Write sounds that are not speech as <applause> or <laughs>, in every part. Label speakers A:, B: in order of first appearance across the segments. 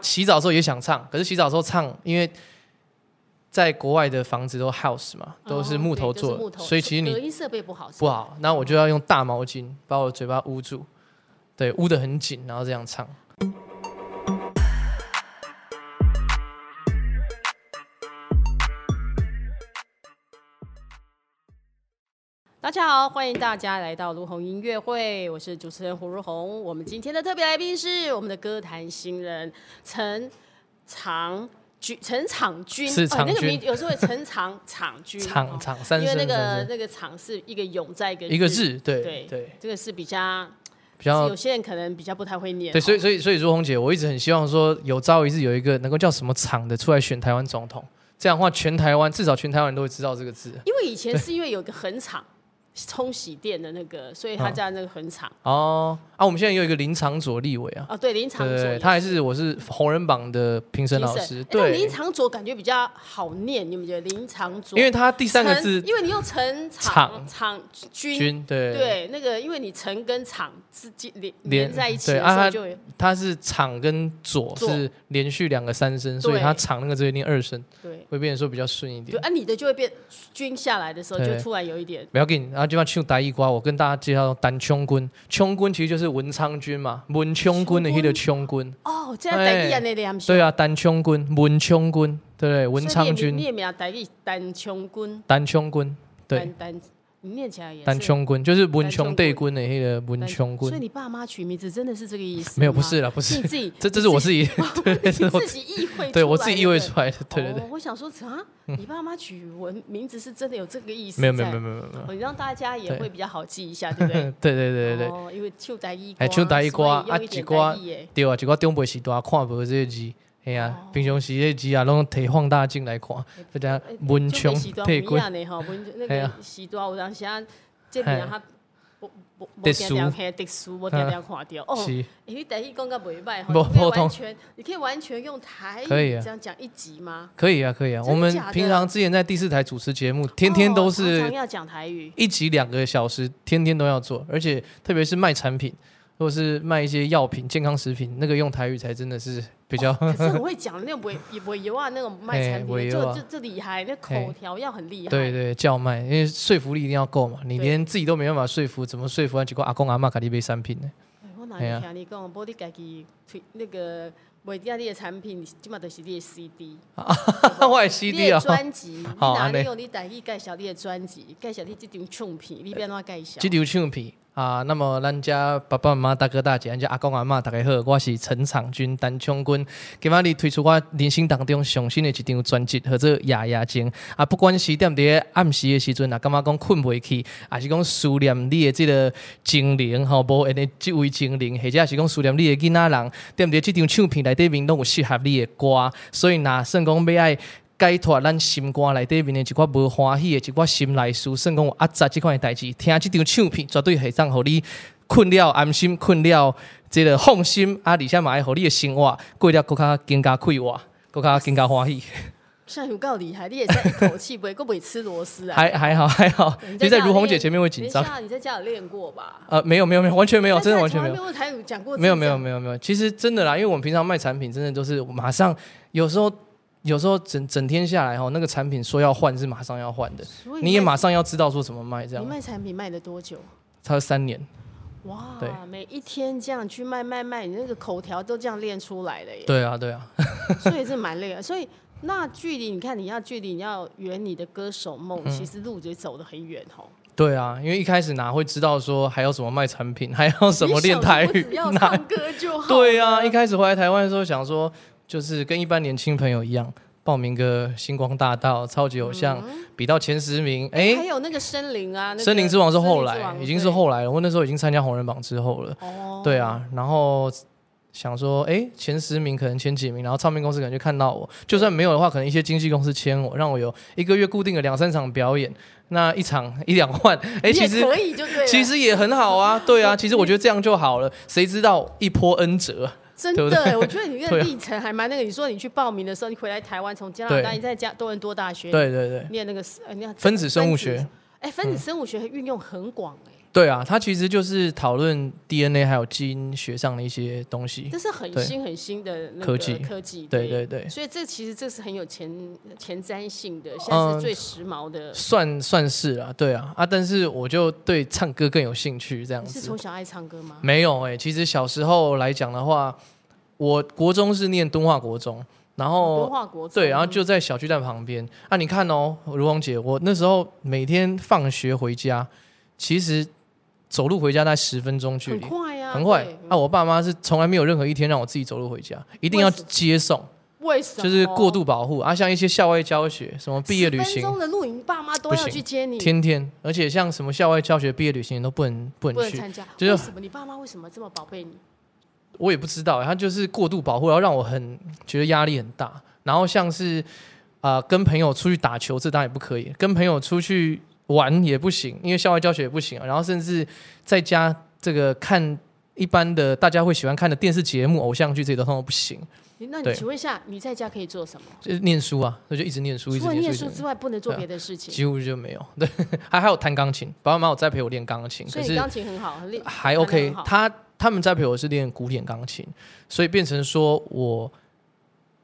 A: 洗澡的时候也想唱，可是洗澡的时候唱，因为在国外的房子都 house 嘛，都是木头做
B: 哦对就是木
A: 的，
B: 头
A: 所以其实
B: 隔
A: 你
B: 音设备不好，
A: 不好。那我就要用大毛巾把我嘴巴捂住，对，捂得很紧，然后这样唱。
B: 大家好，欢迎大家来到卢红音乐会，我是主持人胡如红。我们今天的特别来宾是我们的歌坛新人陈长军，陈长军，
A: 是
B: 哦、那
A: 长
B: 个
A: 军
B: 名有时候会陈长长军，
A: 场
B: 哦
A: 场三
B: 因为
A: 声
B: 那
A: 三
B: 个
A: 声
B: 那个长是一个勇在一个
A: 一个，字，对
B: 对
A: 对，
B: 这个是比较
A: 比较
B: 有些人可能比较不太会念，
A: 对，所以
B: 哦
A: 所以所以，如红姐，我一直很希望说，有朝一日有一个能够叫什么厂的出来选台湾总统，这样的话，全台湾至少全台湾人都会知道这个字。
B: 因为以前是因为有一个横厂冲洗店的那个，所以
A: 嗯
B: 他叫那个横厂。
A: 哦，啊，我们现在有一个林长佐立委啊，
B: 哦，对，林场
A: 对
B: 佐
A: 对对，
B: 也是，
A: 他还是我是红人榜的评审
B: 评
A: 老
B: 审
A: 师，
B: 哎那
A: 对
B: 林，场佐感觉比较好念，你们觉得林场佐？
A: 因为他第三个字
B: 陈因为你用陈
A: 场
B: 场场军，
A: 军，对，
B: 对，那个因为你陈跟场之间连
A: 连
B: 连在一起
A: 对
B: 的
A: 啊
B: 时
A: 它
B: 候就有
A: 他是场跟左
B: 左
A: 是连续两个三声，所以
B: 对
A: 他场那个字会念二声，
B: 对
A: 会变成说比较顺一
B: 对，
A: 点。
B: 啊，你的就会变军下来的时候
A: 对
B: 就突然有一点
A: 不要紧，然啊后就要唱台语歌。我跟大家介绍单冲军，冲军其实就是文昌君嘛，文昌君的迄个冲军。
B: 哦，这样
A: 哎
B: 台语安尼念是
A: 对啊，单冲军、文昌君，对不对？文昌
B: 所以你
A: 君、
B: 的名你的名台语单枪军，
A: 单冲军，对，
B: 单单你念起来也是
A: 单冲军就是文昌帝君的迄个文
B: 单
A: 昌
B: 所以
A: 君。
B: 你爸妈取名字真的是这个意思吗？
A: 没有，不是啦，不
B: 你
A: 是，
B: 自己，
A: 这这是我自己，对，
B: 你
A: 这是我
B: 自己意会出来的，
A: 对我自己意会出来的，对对对嗯
B: 哦，，我想说啊，你爸妈取文名字是真的有这个意思在，
A: 没有没有没有没有没有，
B: 哦，你让大家也
A: 对
B: 会比较好记一下，对不对？
A: <laughs> 对对对对对。
B: 哦，因为秋台一
A: 哎手台语歌啊一歌
B: 耶，
A: 对啊，一个长辈是大看无这个字，嘿啊，
B: 哦
A: 平常时这个字啊，拢摕放大镜来看，
B: 哎
A: 就讲文昌
B: 配
A: 配
B: 棍
A: 君，
B: 呢哈，文那
A: 嘿
B: 个
A: 啊
B: 时段有当时啊，这边他我我我
A: 哎特殊嗯
B: 定定看特殊，我定定看到哦。
A: 是
B: 哎，你台语讲个袂歹
A: 不
B: 哈，你可以
A: 普通
B: 完全，你可以完全用台语
A: 可以啊
B: 这样讲一集吗？
A: 可以啊，可以啊。
B: 真的
A: 我们
B: 假的
A: 平常之前在第四台主持节目，天天
B: 哦
A: 都
B: 常常
A: 是
B: 要讲台语，
A: 一集两个小时，天天都要做，而且特别是卖产品，或是卖一些药品、健康食品，那个用台语才真的是比较。
B: 可是很会 <laughs> 讲那尾也尾油啊，那种卖产
A: 哎
B: 品
A: 尾
B: 的
A: 油
B: 就
A: 啊
B: 就就厉害，那口条要很厉害。
A: 对对，叫卖，因为说服力一定要够嘛，你
B: 对
A: 连自己都没办法说服，怎么说服啊？结果阿公阿妈给你买产品呢？
B: 哎我哪
A: 哎呀
B: 里听你讲，不过你家己推那个卖掉你的产品，即嘛都是你的 CD，
A: 我的
B: 你
A: CD
B: 的
A: 啊，
B: 专辑，你
A: <laughs> 好
B: 哪
A: 安
B: 里
A: 尼
B: 用你台语介绍你的专辑，介绍你这张唱片，你要怎介绍
A: 这？张唱片啊，那么咱家爸爸妈妈、大哥大姐、咱家阿公阿嬷大家好，我是陈长军、陈昌军。今仔日推出我人生当中上新的一张专辑，叫做《夜夜情》啊。不管是踮伫暗时的时阵啊，感觉讲困袂去，还是讲思念你的即个精灵吼，无因的即位精灵，或者是讲思念你的囡仔人，踮伫即张唱片内底面拢有适合你的歌，所以若算讲要爱。解脱咱心肝内底面的一寡无欢喜的一寡心内事，算讲有压榨即款的代志。听即张唱片绝对会当互你困了安心，困了即个放心，啊，而且嘛会互你的生活过了更较更加快活，更加更加欢喜。
B: 像有够厉害，你也在一口气不会，够不会吃螺丝啊？
A: 还还好还好，
B: 你
A: 就在
B: 家有
A: 如红姐
B: 练
A: 前面会紧张
B: 等。一下你在家有练过吧？
A: 呃，没有没有没有，完全没有，真的完全没有
B: 有。。我才有讲过自己
A: 没有没有
B: 讲
A: 没有没有，其实真的啦，因为我们平常卖产品，真的都是马上，有时候有时候整整天下来吼，那个产品说要换是马上要换的，
B: 所以
A: 你也
B: 卖
A: 马上要知道说怎么卖，这样
B: 你卖产品卖了多久？
A: 差不多三年。
B: 哇
A: 对，
B: 每一天这样去卖卖卖，你那个口条都这样练出来了耶，
A: 对啊对啊，
B: 所以是蛮累的。所以那距离，你看你要距离，你要圆你的歌手
A: 嗯
B: 梦，其实路就走得很远吼。
A: 对啊，因为一开始哪会知道说还要怎么卖产品，还要怎么练台
B: 你
A: 语
B: 想说我只，要
A: 哪
B: 唱歌就好。
A: 对啊，一开始回来台湾的时候想说，就是跟一般年轻朋友一样，报名个星光大道、超级偶像，比到前十名，哎、
B: 嗯还有那个森林啊，那个
A: 森林之王是后
B: 森林
A: 来，
B: 之王
A: 已经是后来了。我那时候已经参加红人榜之后了。
B: 对哦，
A: 对啊，然后想说，哎，前十名可能前几名，然后唱片公司可能就看到我，就算没有的话，可能一些经纪公司签我，让我有一个月固定的两三场表演，那一场一两万，哎，
B: 你
A: 其
B: 也
A: 实
B: 可以啊就对了，
A: 其实也很好啊，对
B: <laughs>
A: 啊，其实我觉得这样就好了，谁知道一波恩折啊，
B: 真
A: 对不
B: 的
A: 对
B: 耶，我觉得你那
A: 对
B: 个
A: 啊
B: 历程还蛮那个。你说你去报名的时候，你回来台湾，从加拿大，
A: 对
B: 你在加多伦多大学
A: 对对对，
B: 念那个，呃，你看
A: 分子生物学，
B: 哎，分子生物学运用很广哎。
A: 对啊，它其实就是讨论 DNA 还有基因学上的一些东西
B: 这。是很
A: 对
B: 新很新的那个
A: 科技
B: 科技
A: 对对对，
B: 所以这其实这是很有前前瞻性的，现在
A: 嗯
B: 是最时髦的。
A: 算算是啊，对啊啊，但是我就对唱歌更有兴趣，这样
B: 你是
A: 子
B: 从。小爱唱歌吗？
A: 没有哎、其实小时候来讲的话，我国中是念敦化国中，然
B: 文
A: 后
B: 哦化国中
A: 对，然后就在小巨蛋旁边啊。你看哦，如虹姐，我那时候每天放学回家，其实走路回家大概十分钟距
B: 很
A: 离，
B: 快呀、
A: 很快
B: 对
A: 啊！我爸妈是从来没有任何一天让我自己走路回家，一定要接送，
B: 为什么？
A: 就是过度保护啊。像一些校外教学，什么毕业旅
B: 10分
A: 行，
B: 钟的露营，爸妈都
A: 不
B: 要
A: 行
B: 去接你，
A: 天天，而且像什么校外教学、毕业旅行你都不能不
B: 不
A: 能
B: 能
A: 去。
B: 参加。
A: 就是
B: 为什么你爸妈为什么这么宝贝你？
A: 我也不知道，他就是过度保护，然后让我很觉得压力很大。然后像是啊、呃跟朋友出去打球，这当然也不可以；跟朋友出去玩也不行，因为校外教学也不行啊。然后甚至在家这个看一般的大家会喜欢看的电视节目、偶像剧，这些都通通不行。
B: 你那你
A: 对
B: 请问一下，你在家可以做什么？
A: 就是念书啊，那就一直念书，一
B: 除
A: 直
B: 了
A: 念
B: 念
A: 书，一
B: 书
A: 直
B: 之外，不能做
A: 对啊
B: 别的事情。
A: 几乎就没有。对，还还有弹钢琴，爸爸妈妈有在陪我练钢琴，
B: 所
A: 可
B: 以你
A: 是
B: 钢琴很好，很厉
A: 还
B: 弹得
A: OK
B: 很好。
A: 他他们在陪我是练古典钢琴，所以变成说我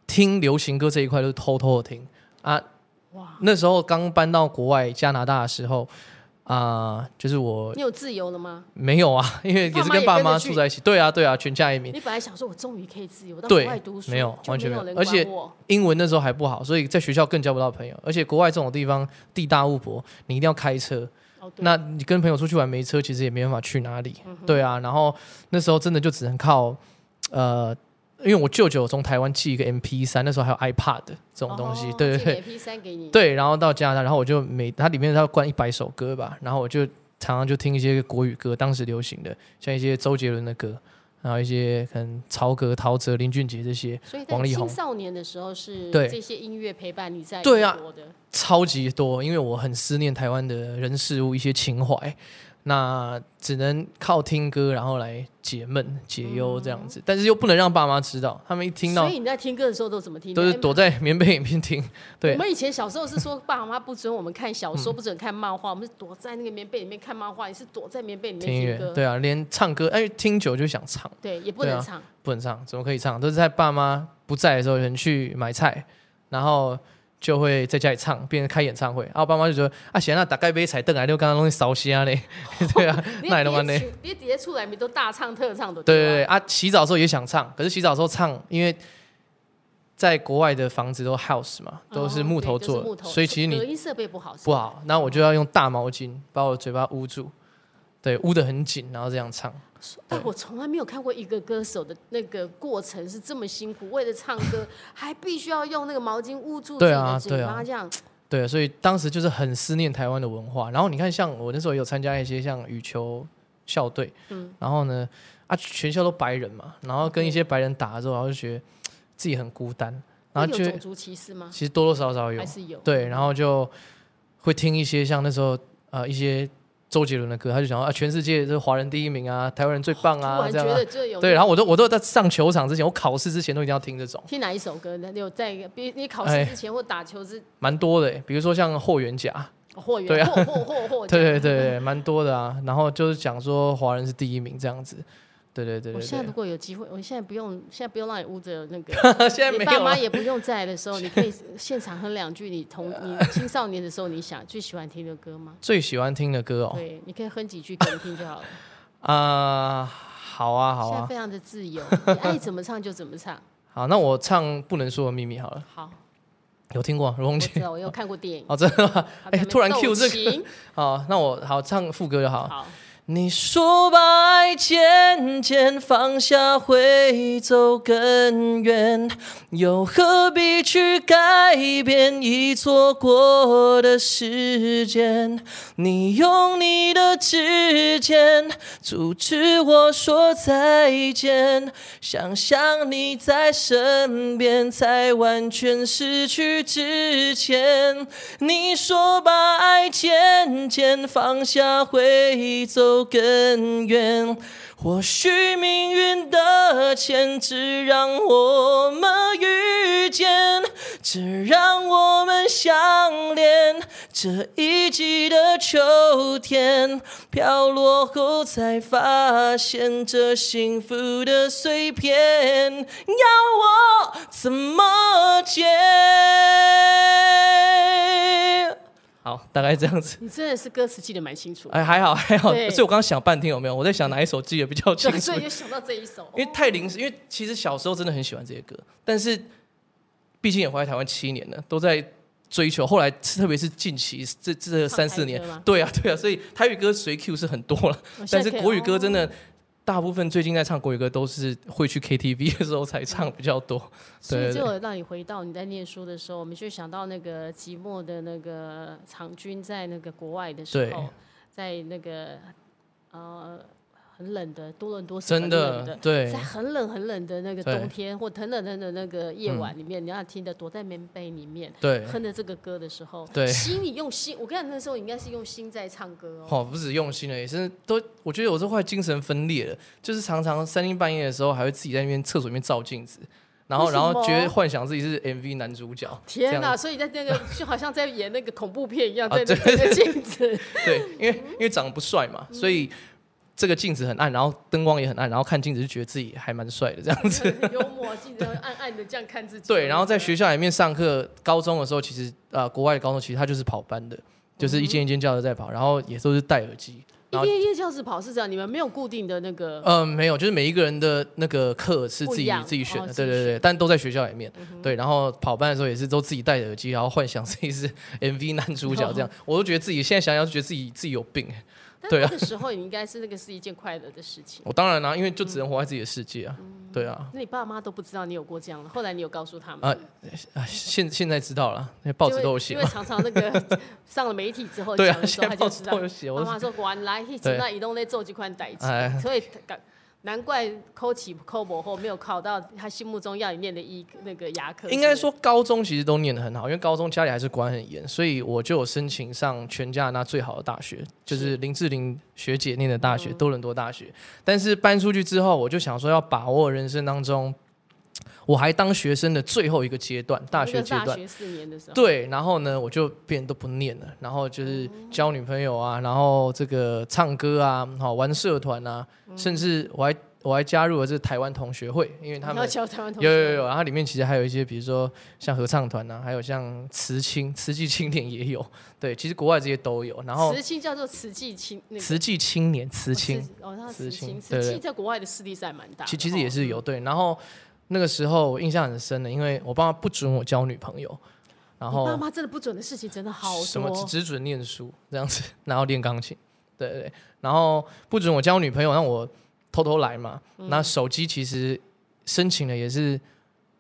A: 听流行歌这一块都是偷偷的听啊。
B: 哇！
A: 那时候刚搬到国外加拿大的时候啊、就是我
B: 你有自由了吗？
A: 没有啊， <laughs> 因为也是跟爸妈住在一起。对啊，对啊，全家移民。
B: 你本来想说，我终于可以自由，我到国
A: 对
B: 外读书，
A: 没有
B: 就
A: 完全
B: 没
A: 没
B: 有
A: 有
B: 人
A: 而且
B: 管我。
A: 英文那时候还不好，所以在学校更交不到朋友，而且国外这种地方地大物博，你一定要开车。
B: 哦，对，嗯
A: 那你跟朋友出去玩没车，其实也没办法去哪里，对啊。然后那时候真的就只能靠，呃，因为我舅舅从台湾寄一个 MP 三，那时候还有 iPad 这种东西，对对对
B: 哦 P 三给你，
A: <laughs> 对。然后到加拿大，然后我就每它里面它灌一百首歌吧，然后我就常常就听一些国语歌，当时流行的，像一些周杰伦的歌，然后一些可能曹格、陶喆、林俊杰这些，
B: 所以在
A: 王力
B: 青
A: 宏
B: 少年的时候是
A: 对
B: 这些音乐陪伴你在
A: 对啊
B: 英国的，
A: 超级多，因为我很思念台湾的人事物一些情怀，那只能靠听歌然后来解闷解忧这样子，但是又不能让爸妈知道，他们一听到
B: 嗯所以你在听歌的时候都怎么听？
A: 都是
B: 哎
A: 躲在棉被里面听，对嗯
B: 我们以前小时候是说爸妈不准我们看
A: <laughs>
B: 小说，不准看漫画，我们是躲在那个棉被里面看漫画，也是躲在棉被里面
A: 听音乐
B: 歌，，
A: 对啊，连唱歌哎听久就想唱，
B: 对，也不
A: 对
B: 能
A: 啊 <laughs>
B: 唱。
A: 不能唱，怎么可以唱？都是在爸妈不在的时候，有人去买菜，然后。就会在家里唱，变成开演唱会。然后爸妈就觉得啊，行，那打盖杯彩凳来，就刚刚东西烧瞎嘞， <laughs> 对啊，
B: 哦你
A: 那也都蛮嘞。
B: 底你底下出来，你都大唱特唱的，
A: 对对
B: 吧
A: 对啊，洗澡的时候也想唱，可是洗澡的时候唱，因为在国外的房子都 house 嘛，都是
B: 哦
A: 木
B: 对
A: 头
B: 都是
A: 做的，
B: 木头
A: 所以其实
B: 隔
A: 你
B: 音设备不好，是
A: 不
B: 吧。
A: 好。那我就要用大毛巾把我嘴巴捂住，对，捂得很紧，然后这样唱。
B: 但我从来没有看过一个歌手的那个过程是这么辛苦，为了唱
A: <laughs>
B: 歌还必须要用那个毛巾捂住自己
A: 对啊
B: 的嘴
A: 对
B: 巴，
A: 啊
B: 这样、
A: 对，所以当时就是很思念台湾的文化。然后你看，像我那时候也有参加一些像羽球校队，嗯，然后呢，啊，全校都白人嘛，然后跟一些白人打的时候，然后就觉得嘖自己很孤单，然后
B: 会
A: 就
B: 有种族歧视吗？
A: 其实多多少少有
B: 还，是有？
A: 对，然后就会听一些像那时候呃一些周杰伦的歌，他就想说啊，全世界这华人第一名啊，台湾人最棒
B: 突
A: 啊，
B: 然
A: 这
B: 觉
A: 样、啊
B: 得。这有
A: 对，然后我都我都在上球场之前，我考试之前都一定要听这种，
B: 听哪一首歌呢？你有在一个比你考试
A: 哎
B: 之前或打球之哦
A: 蛮多的欸。比如说像霍元甲，
B: 或
A: 对
B: 员
A: 啊 <laughs>
B: 或或或或
A: 对对对对，蛮多的啊。然后就是讲说华人是第一名这样子，对对对
B: 我
A: 对
B: 现在如
A: 对。
B: 果有机会，我现在不用，现在不用让你捂着那个，
A: <laughs> 现在
B: 你
A: 没
B: 爸
A: 有啊
B: 妈
A: 了，
B: 也不用在的
A: <laughs>
B: 时候，你可以现场哼两句你同你青少年的时候你想最喜欢听的歌吗？
A: 最喜欢听的歌哦
B: 对，你可以哼几句给你听就好了。
A: 啊、好啊好
B: 现在
A: 啊
B: 非常的自由，你爱怎么唱就怎么唱。
A: 好，那我唱《不能说的秘密》好了，
B: 好，
A: 有听过荣
B: 我
A: 姐？
B: 知道，我有看过电影。
A: 哦，真的吗？
B: 他在
A: 哎，
B: 那边
A: 突然
B: 斗
A: Q 这个，
B: 琴
A: 好，那我好唱副歌就好。
B: 好，
A: 你说把爱渐渐放下会走更远，又何必去改变已错过的时间？你用你的指尖阻止我说再见，想象你在身边，在完全失去之前，你说把爱渐渐放下会走更远。或许命运的牵制让我们遇见，只让我们相恋，这一季的秋天，飘落后才发现，这幸福的碎片，要我怎么捡？
C: 好，大概这样子。 <laughs>
B: 你真的是歌词记得蛮清楚的，
C: 哎，还好还好，所
B: 对
C: 以我刚刚想半天有没有，我在想哪一首记得比 <laughs> 较清
B: 对
C: 楚
B: 所以，就想到这一首。
C: 因为太临时，因为其实小时候真的很喜欢这些歌，但是毕竟也回来台湾七年了，都在追求。后来特别是近期这这三四年
B: 唱台语歌吗，
C: 对啊对啊，所以台语歌随 Q 是很多了，
B: 我现在
C: 但是
B: 可以
C: 国语歌
B: 哦
C: 真的。大部分最近在唱国语歌都是会去 KTV 的时候才唱比较多，
B: 所
C: 对
B: 以
C: 对
B: 就
C: 对
B: 有让你回到你在念书的时候，我们就想到那个寂寞的那个场军在那个国外的时候
C: 对，
B: 在那个呃很冷的多伦多是
C: 真
B: 很冷
C: 的对
B: 在很冷很冷的那个
C: 对嗯
B: 冬天或很冷很冷的那个夜晚里面，你要听的躲在棉被里面
C: 对。
B: 哼着这个歌的时候，<laughs>
C: 对
B: 心里用心，我跟你讲那时候你应该是用心在唱歌哦，
C: 哦，不止用心了，也是都，我觉得我这快精神分裂了，就是常常三更半夜的时候，还会自己在那边厕所里面照镜子，然后
B: 为什
C: 然
B: 么
C: 后觉得幻想自己是 MV 男主角，
B: 天
C: 哪
B: 哪！，所以在那个就好像在演那个恐怖片一样，
C: 啊
B: 在那
C: 对
B: 个那个镜子，
C: 对，因为因为长得不帅嘛，所
B: 嗯
C: 以这个镜子很暗，然后灯光也很暗，然后看镜子就觉得自己还蛮帅的这样子。
B: 幽默镜子暗暗的这样看自己。
C: 对，然后在学校里面上课，高中的时候其实呃，国外的高中其实他就是跑班的，
B: 嗯
C: 就是一间一间教室在跑，然后也都是戴耳机。
B: 一
C: 然后
B: 天夜教室跑是这样，你们没有固定的那个，
C: 嗯、没有，就是每一个人的那个课是自
B: 不一
C: 己
B: 样
C: 自己选的，
B: 哦
C: 对
B: 自己嗯
C: 对对，但都在学校里面。对，然后跑班的时候也是都自己戴着耳机，然后幻想自己
B: <laughs>
C: 是 MV 男主角这样，我都觉得自己现在想想就觉得自己自己有病。
B: 但
C: 对
B: 那
C: 啊
B: 个时候你应该是那个是一件快乐的事情。
C: 我当然啦、因为就只能活在自己的世界啊。
B: 嗯
C: 对啊，
B: 那你爸妈都不知道你有过这样的，后来你有告诉他们
C: 啊，啊，现现在知道了，那报纸都有写
B: 因为因
C: 嘛
B: 为。常常那
C: <laughs>
B: 个上了媒体之后，
C: 对
B: 讲
C: 啊，
B: 的时
C: 现
B: 候
C: 在
B: 他
C: 报
B: 就
C: 纸
B: 知
C: 都
B: 道
C: 有。写。
B: 妈
C: 我
B: 妈
C: 是
B: 说果然来，一直
C: 对
B: 那移动在做这款代志
C: 哎，
B: 所以难怪考起考不后没有考到他心目中要你念的医那个牙科之类的。
C: 应该说高中其实都念得很好，因为高中家里还是管很严，所以我就有申请上全加拿大最好的大学，就是哦林志玲学姐念的大学，多伦多大学。但是搬出去之后，我就想说要把握人生当中我还当学生的最后一个阶段，大学
B: 那个
C: 阶
B: 大
C: 段。
B: 学四年的时候，
C: 对，然后呢，我就变都不念了，然后就是交女朋友啊，然后这个唱歌啊，好玩社团啊，甚至我还我还加入了这台湾同学会，因为他
B: 你要
C: 们
B: 教台湾同学
C: 有有有，然后里面其实还有一些，比如说像合唱团啊，还有像慈青、慈济青年也有， <laughs> 对，其实国外这些都有，然后
B: 慈青叫做慈济青，那个
C: 慈济青年、慈青，
B: 哦，他慈
C: 慈青
B: 青，
C: 对
B: 慈
C: 对
B: 青在国外的势力是还蛮大的。
C: 其其实也
B: 哦
C: 是有对，然后那个时候我印象很深的，因为我爸妈不准我交女朋友，然后
B: 你爸妈真的不准的事情真的好多。
C: 什么只只准念书这样子， <laughs> 然后练钢琴，对对对，然后不准我交女朋友，让我偷偷来嘛。
B: 嗯
C: 那手机其实申请的也是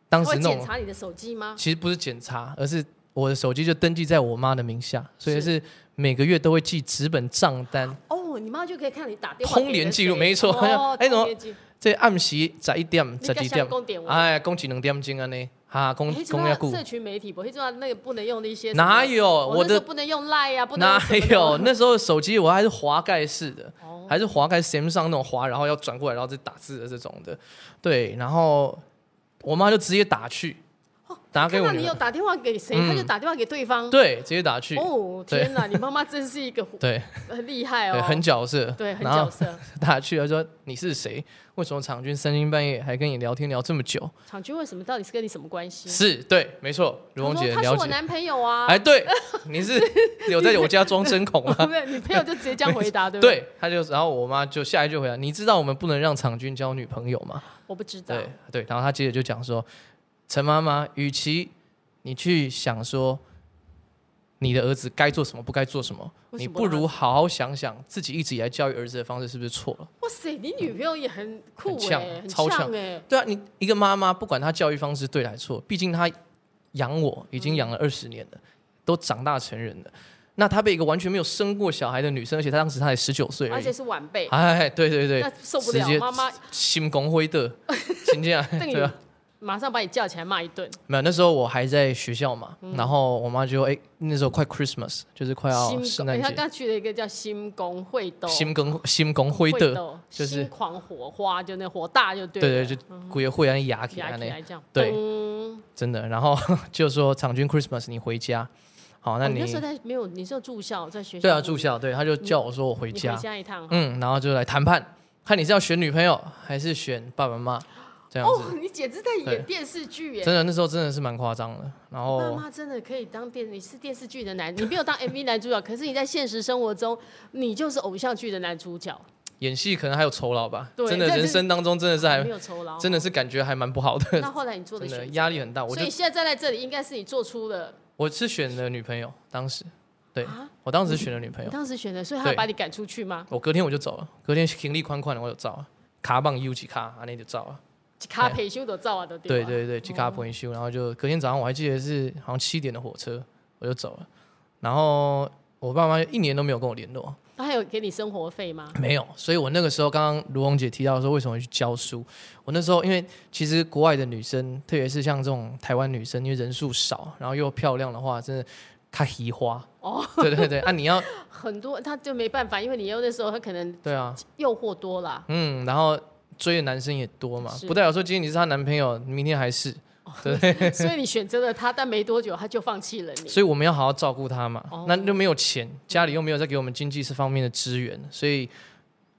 C: 当
B: 他
C: 时
B: 会
C: 那
B: 检
C: 种，
B: 查你的手机吗？
C: 其实不是检查，而是我的手机就登记在我妈的名下，所以
B: 是
C: 是每个月都会寄纸本账单。
B: 哦，你妈就可以看你打电话。
C: 通联记录没错
B: 哦，
C: 哎怎
B: 通
C: 么
B: 联记录
C: 这暗时十一点、
B: 你
C: 十
B: 该
C: 二
B: 想
C: 点，
B: 讲哎点我。
C: 哎，讲一两点钟安尼，哈，讲
B: 黑
C: 讲要久。
B: 社群媒体不，黑知道那个不能用那些什么。
C: 啊哪有
B: 我
C: 我
B: 那时候
C: 的
B: 不能用 Line 啊呀，不能
C: 哪
B: 用什么的
C: 有？那时候手机我还是滑盖式的，
B: 哦
C: 还是滑盖 Sam 上那种滑，然后要转过来，然后再打字的这种的。对，然后我妈就直接打去，打给
B: 哦看
C: 我
B: 到
C: 女
B: 你有
C: 儿，
B: 打电话给谁，
C: 嗯
B: 他就打电话给对方。
C: 对，直接打去，
B: 哦，
C: 对
B: 天哪，你妈妈真是一个
C: 对
B: 很厉害
C: 对，
B: 哦，
C: 很角色，
B: 对很
C: 然
B: 角
C: 后
B: 色。
C: <laughs> 打去，她说你是谁？为什么场军三更半夜还跟你聊天聊这么久？
B: 场君为什么到底是跟你什么关系？
C: 是对，没错，如
B: 我
C: 虹
B: 说
C: 姐
B: 他是
C: 了
B: 我
C: 解。
B: 男朋友啊，
C: 哎，对，你是 <laughs> 有在我家装针孔吗？
B: <laughs> 对，女朋友就直接这样回 <laughs>
C: <laughs>
B: 答，对不对？
C: 对，他就，然后我妈就下一句回答：“你知道我们不能让场军交女朋友吗？”
B: 我不知道，
C: 对对，然后他接着就讲说，陈妈妈，与其你去想说你的儿子该做什么不该做什么，
B: 为
C: 你
B: 什么
C: 不
B: 让他
C: 如好好想想自己一直以来教育儿子的方式是不是错了。
B: 哇塞，你女朋友也很酷
C: 很
B: 哎、
C: 呛
B: 很
C: 超
B: 呛
C: 呛
B: 哎、
C: 对啊，你一个妈妈不管她教育方式对还是错，毕竟她养我已经养了二十年了，都长大成人了。那她被一个完全没有生过小孩的女生，而且她当时她才十九岁而
B: 而
C: 已
B: 且，是晚辈，
C: 哎，对对对
B: 那，受不
C: 直接
B: 了，妈妈
C: 心光
B: <laughs>
C: 灰的，真这样
B: 瞪你
C: 对啊。
B: 马上把你叫起来骂一顿，
C: 没有，那时候我还在学校嘛，
B: 嗯
C: 然后我妈就哎、那时候快 Christmas，就是快要
B: 心
C: 圣
B: 哎
C: 诞
B: 他
C: 节，
B: 刚去了一个叫心公会斗，
C: 心梗心梗灰
B: 会
C: 的，
B: 斗，
C: 就是
B: 心狂火花，就那火大就对
C: 对
B: 了，
C: 对，就骨也会安牙起
B: 压
C: 来
B: 起
C: 呢，
B: 来这样，
C: 对
B: 咚
C: <laughs> 真的。然后就说场君 Christmas 你回家，好，那
B: 哦你
C: 你
B: 那时候在没有，你是有住校，在学校
C: 对啊
B: 里
C: 住
B: 面，
C: 校，对，他就叫我说我回
B: 嗯你
C: 家，
B: 回家一趟。
C: 嗯，然后就来谈判，看你是要选女朋友还是选爸爸妈妈这样
B: 哦 <laughs>
C: 子。，
B: 你简直在
C: 对
B: 演电视剧耶！
C: 真的那时候真的是蛮夸张的，哦然
B: 爸
C: 后
B: 妈真的可以当电，你是电视剧的男，你没有当 MV 男主角，可是你在现实生活中，你就是偶像剧的男主角，
C: 演戏可能还有酬劳吧，
B: 对
C: 真的
B: 这是
C: 人生当中真的是还
B: 没有酬劳，
C: 真的。是感觉还蛮不好的，
B: 那后来你
C: <laughs>
B: 做的
C: 真的
B: 选择，
C: 压力很大。我
B: 所
C: 就
B: 以现在站在这里，应该是你做出了，
C: 我是选了女朋友，当时对
B: 啊
C: 我当时选了女朋
B: 你
C: 友，
B: 当时选的，所以他要
C: 对
B: 把你赶出去吗？
C: 我隔天我就走了，隔天行李宽宽的我就走了，卡棒 U 几卡，安尼就走了。
B: 卡
C: 对
B: 培修的照啊的
C: 对
B: 吧
C: 对对，吉卡普林修，然后就隔天早上我还记得是好像七点的火车，我就走了。然后我爸妈一年都没有跟我联络，
B: 那还有给你生活费吗？
C: 没有。所以我那个时候，刚刚卢红姐提到说为什么会去教书，我那时候因为其实国外的女生，特别是像这种台湾女生，因为人数少，然后又漂亮的话，真的看移花。
B: 哦，
C: 对对对，啊，你
B: <laughs>
C: 要
B: 很多他就没办法，因为你又那时候他可能
C: 对啊，
B: 诱惑多啦。 <laughs>
C: 嗯，然后追的男生也多嘛
B: 是，
C: 不代表说今天你是她男朋友，明天还是。
B: 所以你选择了他，但没多久他就放弃了你。
C: 所以我们要好好照顾他嘛。
B: 哦
C: 那又没有钱，家里又没有再给我们经济这方面的支援，所以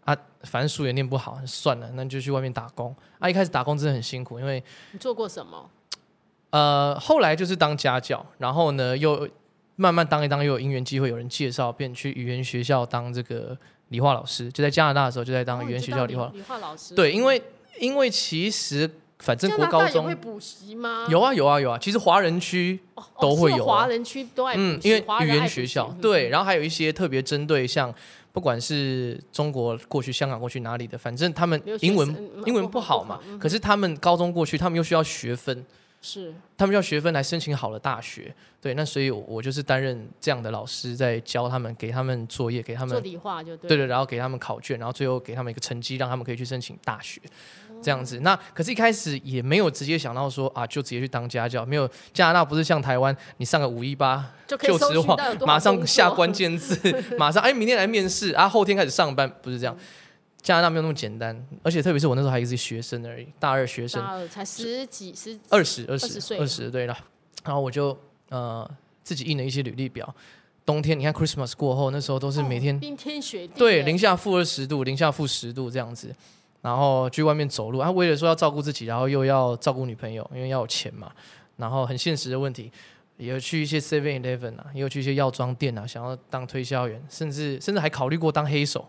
C: 啊，反正书也念不好，算了，那就去外面打工。啊，一开始打工真的很辛苦，因为
B: 你做过什么？
C: 呃，后来就是当家教，然后呢又慢慢当一当，又有因缘机会，有人介绍，便去语言学校当这个理化老师。就在加拿大的时候，就在当
B: 哦
C: 语言
B: 你知
C: 学
B: 道
C: 校理化。
B: 理化老师。
C: 对，因为因为其实反正
B: 加
C: 国
B: 拿
C: 高
B: 大也会
C: 中
B: 补习吗？
C: 有啊有啊有啊，其实华人区
B: 哦哦
C: 都会有啊
B: 是华人区都爱补习，
C: 嗯，因为
B: 华
C: 语
B: 人爱
C: 言
B: 补习嗯
C: 学校对，，然后还有一些特别针对像不管是中国过去、香港过去哪里的，反正他们
B: 留学
C: 英
B: 生
C: 文
B: 嗯
C: 英文
B: 不
C: 不
B: 好
C: 好
B: 不
C: 嘛
B: 好嗯，
C: 可是他们高中过去，他们又需要学分，
B: 是
C: 他们需要学分来申请好的大学。对，那所以我我就是担任这样的老师，在教他们，给他们作业，给他
B: 做
C: 们
B: 理化就对。
C: 对对，然后给他们考卷，然后最后给他们一个成绩，让他们可以去申请大学，
B: 哦
C: 这样子。那可是，一开始也没有直接想到说啊，就直接去当家教，没有加拿大不是像台湾，你上个五一八
B: 就可以
C: 就
B: 搜
C: 职
B: 寻
C: 网
B: 到有多，少
C: 马
B: 工
C: 上下
B: 作
C: 关键字，马上哎，明天来面试啊，后天开始上班，不是这样。加拿大没有那么简单，而且特别是我那时候还是学生而已，大二学生，
B: 大二才十几十几
C: 二十二
B: 20岁
C: 十二十对了，然后我就呃自己印了一些履历表。冬天你看 Christmas 过后，那时候都是每天
B: 哦冰天雪地耶，
C: 对，零下负二十度，零下负十度这样子，然后去外面走路。他、为了说要照顾自己，然后又要照顾女朋友，因为要有钱嘛，然后很现实的问题，也有去一些 Seven Eleven 啊，也有去一些药妆店啊，想要当推销员，甚至甚至还考虑过当黑手。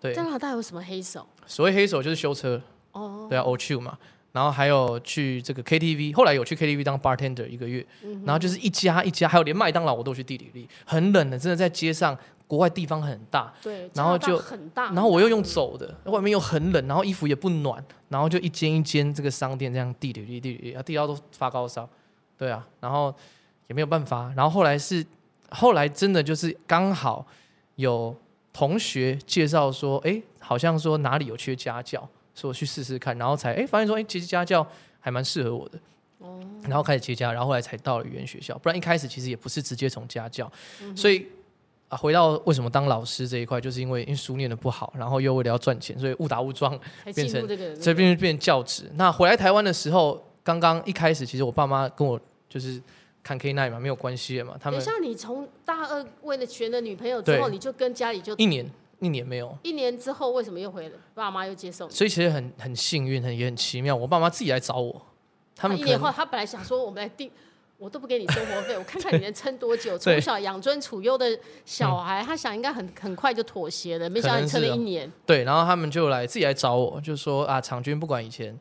C: 对
B: 加，拿大有什么黑手？
C: 所谓黑手就是修车，
B: 哦，
C: 对啊 o c h u 嘛。然后还有去这个 KTV，后来有去 KTV 当 bartender 一个月，然后就是一家一家，还有连麦当劳我都去地理力，很冷的，真的在街上，国外地方很大，
B: 对，
C: 然
B: 加拿
C: 后
B: 大
C: 就
B: 很大，
C: 然后我又用
B: 很大
C: 走的，外面又很冷，然后衣服也不暖，然后就一间一间这个商店这样递履历递履历，啊，递到都发高烧，对啊，然后也没有办法，然后后来是后来真的就是刚好有同学介绍说，哎，好像说哪里有缺家教，说我去试试看，然后才哎发现说，哎，其实家教还蛮适合我的。然后开始接家，然后后来才到了语言学校，不然一开始其实也不是直接从家教，所以啊，回到为什么当老师这一块，就是因为因为书念的不好，然后又为了要赚钱，所以误打误撞，
B: 才
C: 变
B: 嗯进入
C: 成
B: 这个
C: 所以变成变教职。那回来台湾的时候，刚刚一开始其实我爸妈跟我就是看 K nine 嘛，没有关系的嘛，他
B: 等
C: 们
B: 一下，你从大二为了选了女朋友之
C: 对
B: 后，你就跟家里就
C: 一年一年没有，
B: 一年之后，为什么又回了？爸妈又接受你？
C: 所以其实很很幸运，很也很奇妙，我爸妈自己来找我，他们
B: 一
C: 可
B: 年
C: 能
B: 后，他本来想说我们来定，我都不给你生活
C: <laughs>
B: 费，我看看你能撑多久。
C: 对
B: 从小养尊处优的小
C: 嗯
B: 孩，他想应该很很快就妥协了，没想到你撑
C: 啊
B: 了一年，
C: 对，然后他们就来自己来找我，就说啊，场君不管以前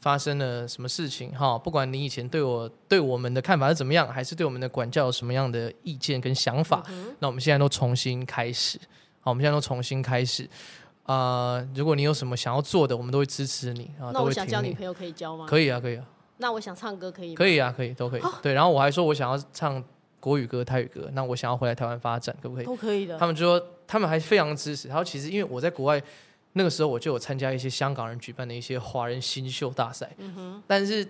C: 发生了什么事情哈，不管你以前对我对我们的看法是怎么样，还是对我们的管教有什么样的意见跟想法，
B: 嗯
C: 那我们现在都重新开始，好，我们现在都重新开始。呃，如果你有什么想要做的，我们都会支持你啊，
B: 那
C: 都
B: 我
C: 会
B: 想交
C: 挺
B: 女
C: 你。
B: 朋友可以交吗？
C: 可以啊，可以啊，
B: 那我想唱歌可以吗？哦
C: 可以啊，可以，都可以。对，然后我还说我想要唱国语歌、泰语歌，那我想要回来台湾发展，可不可以？
B: 都可以的。
C: 他们就说他们还非常支持。然后其实因为我在国外那个时候，我就有参加一些香港人举办的一些华人新秀大赛，但是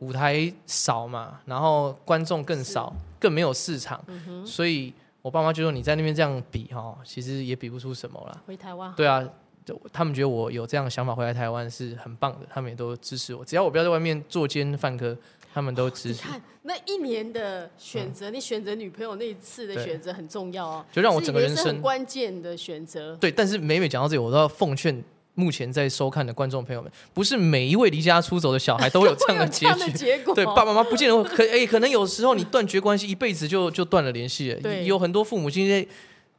C: 舞台少嘛，然后观众更少，更没有市场，所以我爸妈就说你在那边这样比哈，其实也比不出什么啦。
B: 回台湾，
C: 对啊，就他们觉得我有这样的想法回来台湾是很棒的，他们也都支持我，只要我不要在外面作奸犯科，他们都支
B: 你
C: 持，
B: 看那一年的选择，你选择女朋友那一次的
C: 嗯对
B: 选择很重要哦，
C: 就让我
B: 是
C: 整个
B: 人
C: 人
B: 生
C: 生
B: 很关键的选择。
C: 对，但是每每讲到这里，我都要奉劝目前在收看的观众朋友们，不是每一位离家出走的小孩都有 <laughs> 这
B: 会
C: 样的
B: 有这 <laughs>
C: 结
B: 样的
C: 局。
B: 结果，
C: 对，爸爸妈妈不见得会可哎、可能有时候你断绝关系，一辈子就就断了联系了。
B: 对
C: 有很多父母今天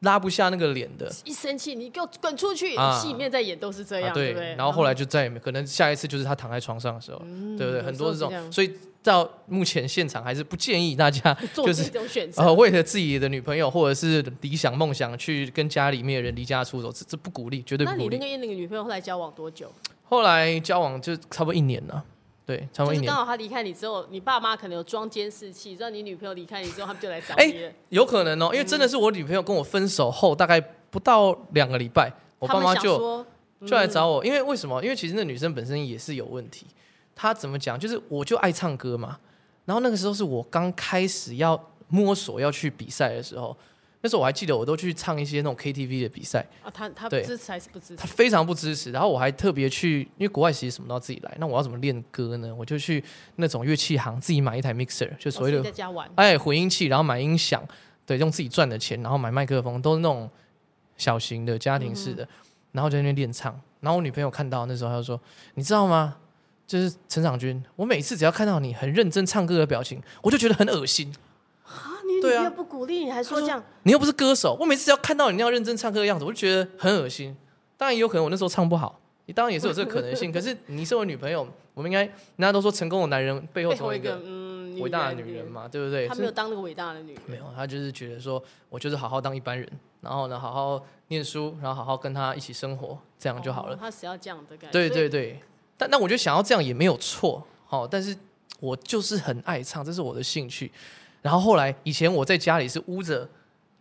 C: 拉不下那个脸的
B: 一生气你给我滚出去，
C: 啊
B: 戏里面在演都是这样，
C: 啊，
B: 不对？
C: 然后后来就再也没，可能下一次就是他躺在床上的时候，对不对？
B: 有
C: 很
B: 时候
C: 多这
B: 是这
C: 种，
B: 样
C: 所以到目前现场还是不建议大
B: <laughs>
C: 家
B: 做
C: 就
B: 这
C: 是。
B: 种选择，
C: 呃，为了自己的女朋友或者是理想梦想去跟家里面的人离家出走，这这不鼓励，绝对
B: 那
C: 不
B: 你
C: 鼓
B: 那
C: 励
B: 个。那个女朋友后来交往多久？
C: 后来交往就差不多一年了，对，差
B: 就
C: 不多一
B: 是
C: 年
B: 刚。好她离开你之后，你爸妈可能有装监视器，让你女朋友离开你之后，他们就来找
C: 哎、
B: 你了。
C: 有可能哦，因为真的是我女朋友跟我分手后，大概不到两个礼拜，我
B: 他
C: 爸
B: 们
C: 妈
B: 想
C: 就
B: 说嗯
C: 就来找我，因为为什么？因为其实那女生本身也是有问题。她怎么讲？就是我就爱唱歌嘛。然后那个时候是我刚开始要摸索要去比赛的时候，那时候我还记得，我都去唱一些那种 KTV 的比赛，
B: 啊，他他
C: 对
B: 支持还是不支持
C: 她？非常不支持。然后我还特别去，因为国外其实什么都要自己来，那我要怎么练歌呢？我就去那种乐器行自己买一台 mixer，就所谓
B: 我自己
C: 的
B: 在家玩，
C: 哎，混音器，然后买音响，对，用自己赚的钱，然后买麦克风，都是那种小型的家庭式的，
B: 嗯
C: 然后在那边练唱。然后我女朋友看到那时候，她就说：“你知道吗？就是陈长君，我每次只要看到你很认真唱歌的表情，我就觉得很恶心。
B: 啊，你女
C: 对啊
B: 朋友不鼓励，你还说这样，
C: 你又不是歌手，我每次只要看到你那样认真唱歌的样子，我就觉得很恶心。当然也有可能我那时候唱不好，你当然也是有这个可
B: <laughs>
C: 能性。可是你是我女朋友，我们应该人家都说成功的男人背后
B: 背
C: 总
B: 后
C: 有
B: 一
C: 一
B: 个
C: 个
B: 嗯
C: 伟大的女人，嘛，对不对？
B: 她
C: 是
B: 没有当那个伟大的女人，
C: 没有，他就是觉得说，我就是好好当一般人，然后呢，好好念书，然后好好跟他一起生活，这样就好了。
B: 哦她只要这样的感觉，
C: 对
B: 所以
C: 对对，但那我觉得想要这样也没有错，好、但是我就是很爱唱，这是我的兴趣。然后后来以前我在家里是捂着，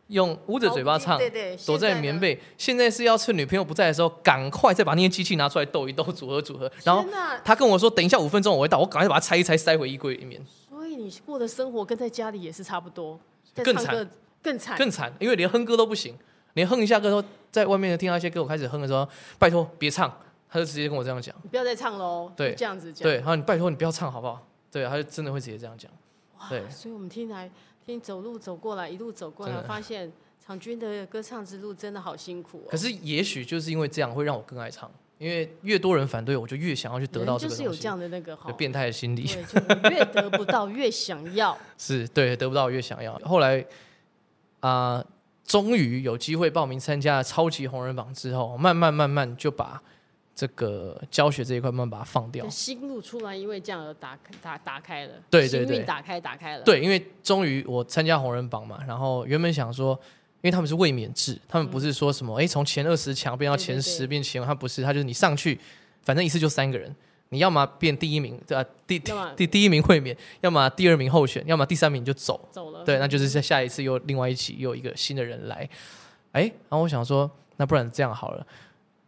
C: 用捂着嘴巴唱，
B: 哦对对，
C: 躲在棉被。现在是要趁女朋友不在的时候，赶快再把那些机器拿出来斗一斗，组合组合。
B: 现在
C: 然
B: 呢。
C: 后
B: 天哪
C: 他跟我说，等一下五分钟我会到，我赶快把它拆一拆，塞回衣柜里面。
B: 所以你过的生活跟在家里也是差不多，在
C: 更
B: 唱
C: 惨
B: 歌更惨，
C: 更惨，因为连哼歌都不行，连哼一下歌都在外面听到一些歌，我开始哼的时候，拜托别唱，他就直接跟我这样讲，
B: 你不要再唱喽，
C: 对
B: 就这样子讲，
C: 对，然后你拜托你不要唱好不好？对，他就真的会直接这样讲，对
B: 所以我们听来听走路走过来，一路走过来，
C: 真的
B: 发现场军的歌唱之路真的好辛苦哦。
C: 可是也许就是因为这样会让我更爱唱，因为越多人反对，我就越想要去得到
B: 人
C: 这
B: 就
C: 个
B: 是有
C: 东
B: 这
C: 西。
B: 样的那个哈
C: 有，变态的心理
B: 对，就你越得不到越想要，
C: <laughs> 是对得不到越想要。后来啊、终于有机会报名参加超级红人榜之后，慢慢慢慢就把这个教学这一块慢慢把它放 <laughs> 掉
B: 就。心路出来，因为这样而打打打开了，
C: 对对
B: 心
C: 对
B: 运打开打开了，，
C: 对，因为终于我参加红人榜嘛，然后原本想说，因为他们是卫冕制，他们不是说什么哎从前二十强变
B: 嗯
C: 到
B: 对对
C: 前十
B: 对
C: 变前，他不是，他就是你上去，反正一次就三个人，你要么变第一名，对啊，第第
B: 要么
C: 第第一名卫冕，要么第二名候选，要么第三名就走，
B: 走了，
C: 对，那就是在下一次又另外一期又有一个新的人来，哎，然后我想说，那不然这样好了，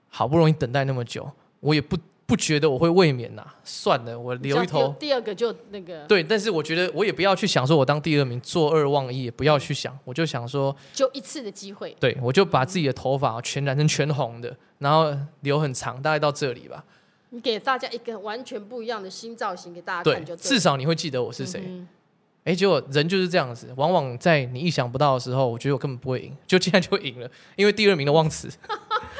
C: 好不容易等待那么久，我也不不觉得我会卫冕呐、算了，我
B: 这样
C: 留一头
B: 第。第二个就那个，
C: 对，但是我觉得我也不要去想说我当第二名坐二望一，也不要去想，我就想说，
B: 就一次的机会，
C: 对我就把自己的头发全染成全红的，然后留很长，大概到这里吧。
B: 你给大家一个完全不一样的新造型给大家
C: 对
B: 看就，
C: 至
B: 了
C: 少你会记得我是谁。
B: 嗯
C: 哎、结果人就是这样子，往往在你意想不到的时候，我觉得我根本不会赢，就竟然就赢了，因为第二名的忘词，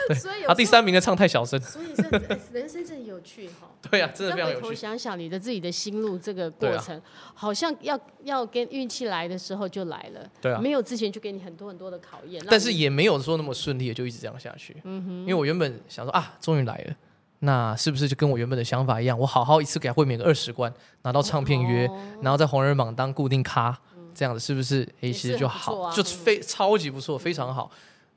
B: 哼所以有
C: 啊，第
B: 时候，
C: 三名的唱太小声。
B: 所以是哎人生真的有趣哈。
C: 对啊，真的非
B: 再
C: 常
B: 回
C: 有
B: 头
C: 趣。
B: 想想你的自己的心路这个过
C: 对啊
B: 程，好像要要跟运气来的时候就来了，
C: 对啊
B: 没有之前就给你很多很多的考验，
C: 但是
B: 让你嗯
C: 也没有说那么顺利，就一直这样下去。因为我原本想说啊，终于来了，那是不是就跟我原本的想法一样，我好好一次给他会免个二十关，拿到唱片
B: 哦
C: 约，然后在红人榜当固定咖，这样子是不是？
B: 嗯
C: 诶，
B: 也
C: 其
B: 是
C: 实就
B: 很不
C: 好，
B: 错啊
C: 就非超级不错，非常好。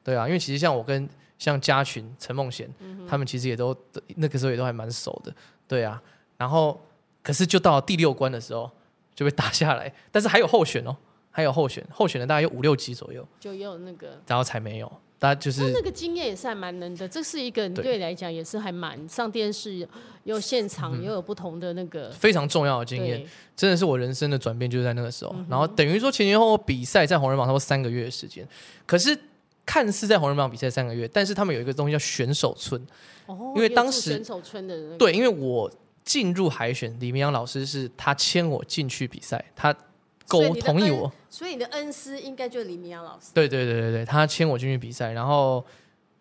C: 对啊，因为其实像我跟像嘉群、陈梦贤，
B: 嗯
C: 他们其实也都那个时候也都还蛮熟的。对啊，然后可是就到了第六关的时候就被打下来，但是还有候选哦。还有候选，候选的大概有五六级左右，
B: 就也有那个。
C: 然后才没有。大家就
B: 那
C: 是
B: 那个经验也是还蛮能的，这是一个你
C: 对
B: 对你来讲也是还蛮上电视，又现场又有不同的那个
C: 非常重要的嗯经验，
B: 对，嗯
C: 真的是我人生的转变，就是在那个时候。然后等于说前前后后比赛在红人榜差不多三个月的时间，可是看似在红人榜比赛三个月，但是他们有一个东西叫选手村。
B: 哦，
C: 因为
B: 也
C: 当
B: 住
C: 时
B: 选手村的那个，
C: 对，因为我进入海选，李明阳老师是他牵我进去比赛，他
B: 所以
C: 沟
B: 你的
C: 同意
B: 恩
C: 我，，
B: 所以你的恩师应该就是李明阳老师。
C: 对对对对对，他牵我进去比赛，然后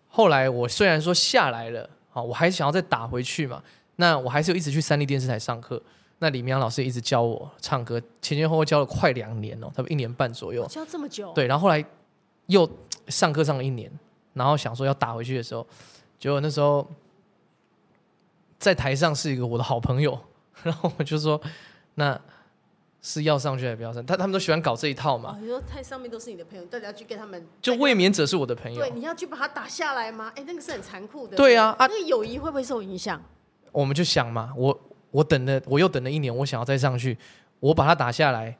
C: 后来我虽然说下来了，好，我还想要再打回去嘛，那我还是有一直去三立电视台上课。那李明阳老师一直教我唱歌，前前后后教了快两年哦，差不多一年半左右。
B: 教这么久，，
C: 对，然后后来又上课上了一年，然后想说要打回去的时候，结果那时候在台上是一个我的好朋友，然后我就说那是要上去还是不要上？他他们都喜欢搞这一套
B: 哦
C: 嘛，，
B: 你说太上面都是你的朋友，到底要去跟他们
C: 就卫冕者是我的朋友
B: 对，，你要去把他打下来吗？哎，那个是很残酷的。
C: 对啊啊
B: 那个友谊会不会受影响？
C: 我们就想嘛，我我等了我又等了一年，我想要再上去，我把它打下来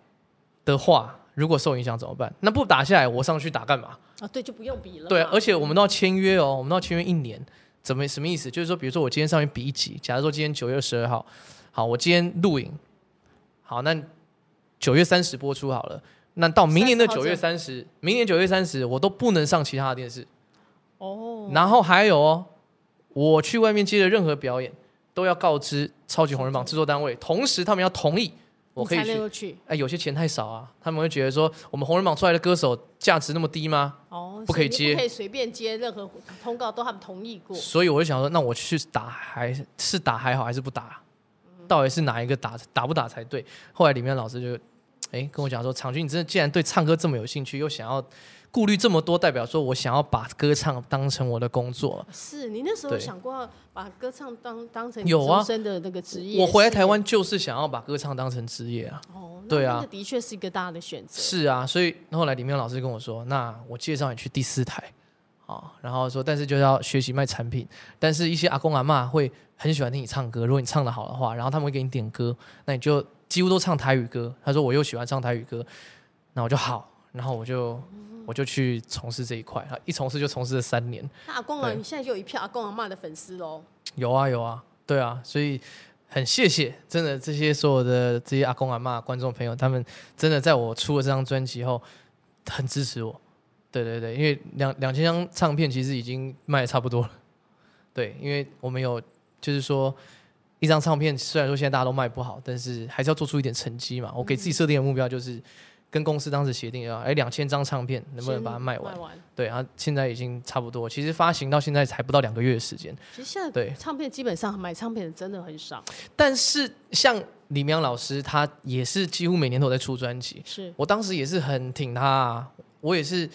C: 的话。如果受影响怎么办？那不打下来，我上去打干嘛？
B: 啊，对，就不用比了嘛。
C: 对，而且我们都要签约哦，我们都要签约一年。怎么什么意思？就是说，比如说我今天上去比一集，假如说今天九月十二号，好，我今天录影，好，那九月三十播出好了。那到明年的
B: 30号
C: 九月三十，明年九月三十，我都不能上其他的电视。
B: 哦，
C: 然后还有哦，我去外面接的任何表演，都要告知超级红人榜制作单位，同时他们要同意我
B: 你
C: 可以
B: 才
C: 去
B: 能。够去。
C: 哎，有些钱太少啊，他们会觉得说，我们红人榜出来的歌手价值那么低吗？
B: 哦，
C: 不可
B: 所
C: 以
B: 你
C: 接
B: 不可以随便接任何通告，都他们同意过。
C: 所以我就想说，那我去打还是是打还好，还是不打？
B: 嗯
C: 到底是哪一个打打不打才对？后来里面老师就哎跟我讲说，场君，你真的既然对唱歌这么有兴趣，又想要顾虑这么多，代表说我想要把歌唱当成我的工作。
B: 是你那时候
C: 对
B: 想过要把歌唱当当成
C: 有啊
B: 终身的那个职业？
C: 我回来
B: 是
C: 台湾就是想要把歌唱当成职业啊。
B: 哦，那
C: 对啊
B: 那个的确是一个大的选择。
C: 是啊，所以后来李妙老师跟我说，那我介绍你去第四台啊，然后说，但是就要学习卖产品，但是一些阿公阿嬷会很喜欢听你唱歌，如果你唱的好的话，然后他们会给你点歌，那你就几乎都唱台语歌。他说我又喜欢唱台语歌，那我就好，然后我就我就去从事这一块，啊一从事就从事了三年，
B: 那阿公啊，
C: 对
B: 你现在就有一票阿公阿妈的粉丝喽。
C: 有啊有啊，对啊，所以很谢谢，真的这些所有的这些阿公阿妈观众朋友，他们真的在我出了这张专辑后，很支持我。对对对，因为两两千张唱片其实已经卖的差不多了。对，因为我们有就是说，一张唱片虽然说现在大家都卖不好，但是还是要做出一点成绩嘛。我给自己设定的目标就是跟公司当时协定要，哎，两千张唱片能不能
B: 先
C: 把它卖完
B: 卖？完？
C: 对，然后现在已经差不多，其实发行到现在才不到两个月的时间。
B: 其实现在
C: 对
B: 唱片基本上买唱片的真的很少，
C: 但是像李明阳老师，他也是几乎每年都有在出专辑。
B: 是
C: 我当时也是很挺他、啊，我也是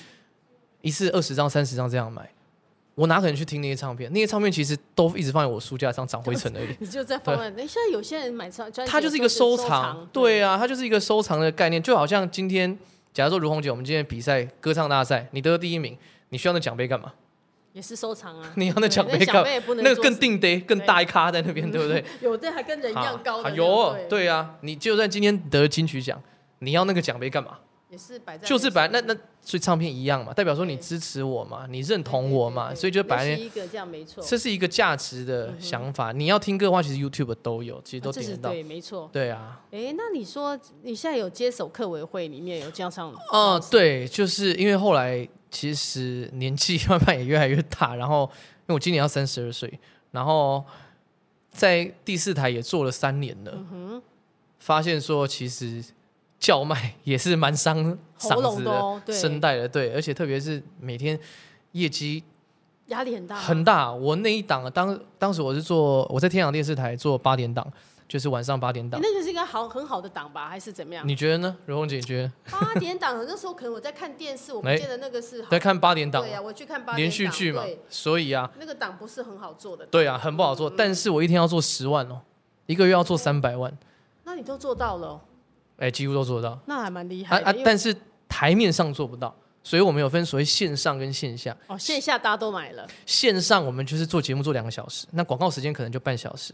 C: 一次二十张、三十张这样买。我哪可能去听那些唱片？那些唱片其实都一直放在我书架上长灰尘而已。
B: 你就在放在那。现在有些人买唱专辑，
C: 它就是一个
B: 收
C: 收藏，对啊，它就是一个收藏的概念，就好像今天，假如说如虹姐，我们今天比赛歌唱大赛，你得了第一名，你需要那奖杯干嘛？
B: 也是收藏啊。
C: 你要那奖
B: 对
C: 杯干嘛？
B: 也不能
C: 那个
B: 做
C: 更
B: 什
C: 定得更
B: 对
C: 大一咖在那边，对不
B: <laughs>
C: 对？
B: 么有的还跟人一样高的
C: 啊
B: 那种，
C: 有
B: 对，
C: 对啊，你就算今天得金曲奖，你要那个奖杯干嘛？
B: 也啊是摆在
C: 就是摆那
B: 面前
C: 那，所以唱片一样嘛，代表说你
B: 对
C: 支持我嘛，你认同我嘛，
B: 对对对
C: 所以就摆在
B: 那
C: 那
B: 是一个这样没错，
C: 这是一个价值的想法。你要听歌的话，其实 YouTube 都有，其实都
B: 啊这
C: 点
B: 是
C: 得到。
B: 对，没错。
C: 对啊，
B: 哎，那你说你现在有接手客委会里面有加上
C: 嗯，对，就是因为后来其实年纪慢慢也越来越大，然后因为我今年要三十二岁，然后在第四台也做了三年了，发现说其实叫卖也是蛮伤 <laughs>
B: 喉
C: 嗓
B: 咙
C: 子
B: 的哦对
C: 声带的，对，而且特别是每天业绩
B: 压力很大吗，
C: 很大，我那一档当当时我是做我在天阳电视台做八点档，就是晚上八点
B: 诶
C: 档，
B: 那就是一个好很好的档吧，还是怎么样？
C: 你觉得呢？荣红姐你觉得
B: 八点档那时候可能我在看电视，我不
C: 哎
B: 见得那个是好
C: 在看八点档
B: 对呀、我去看八点档
C: 连续剧嘛
B: 对，
C: 所以啊。
B: 那个档不是很好做的。
C: 对啊，很不好做。但是我一天要做十万哦，一个月要做三百万，
B: 那你都做到了哦，
C: 哎，几乎都做得到。
B: 那还蛮厉
C: 啊
B: 害的。
C: 啊
B: 因为，
C: 但是台面上做不到，所以我们有分所谓线上跟线下。
B: 哦，线下大家都买了。
C: 线上我们就是做节目做两个小时，那广告时间可能就半小时。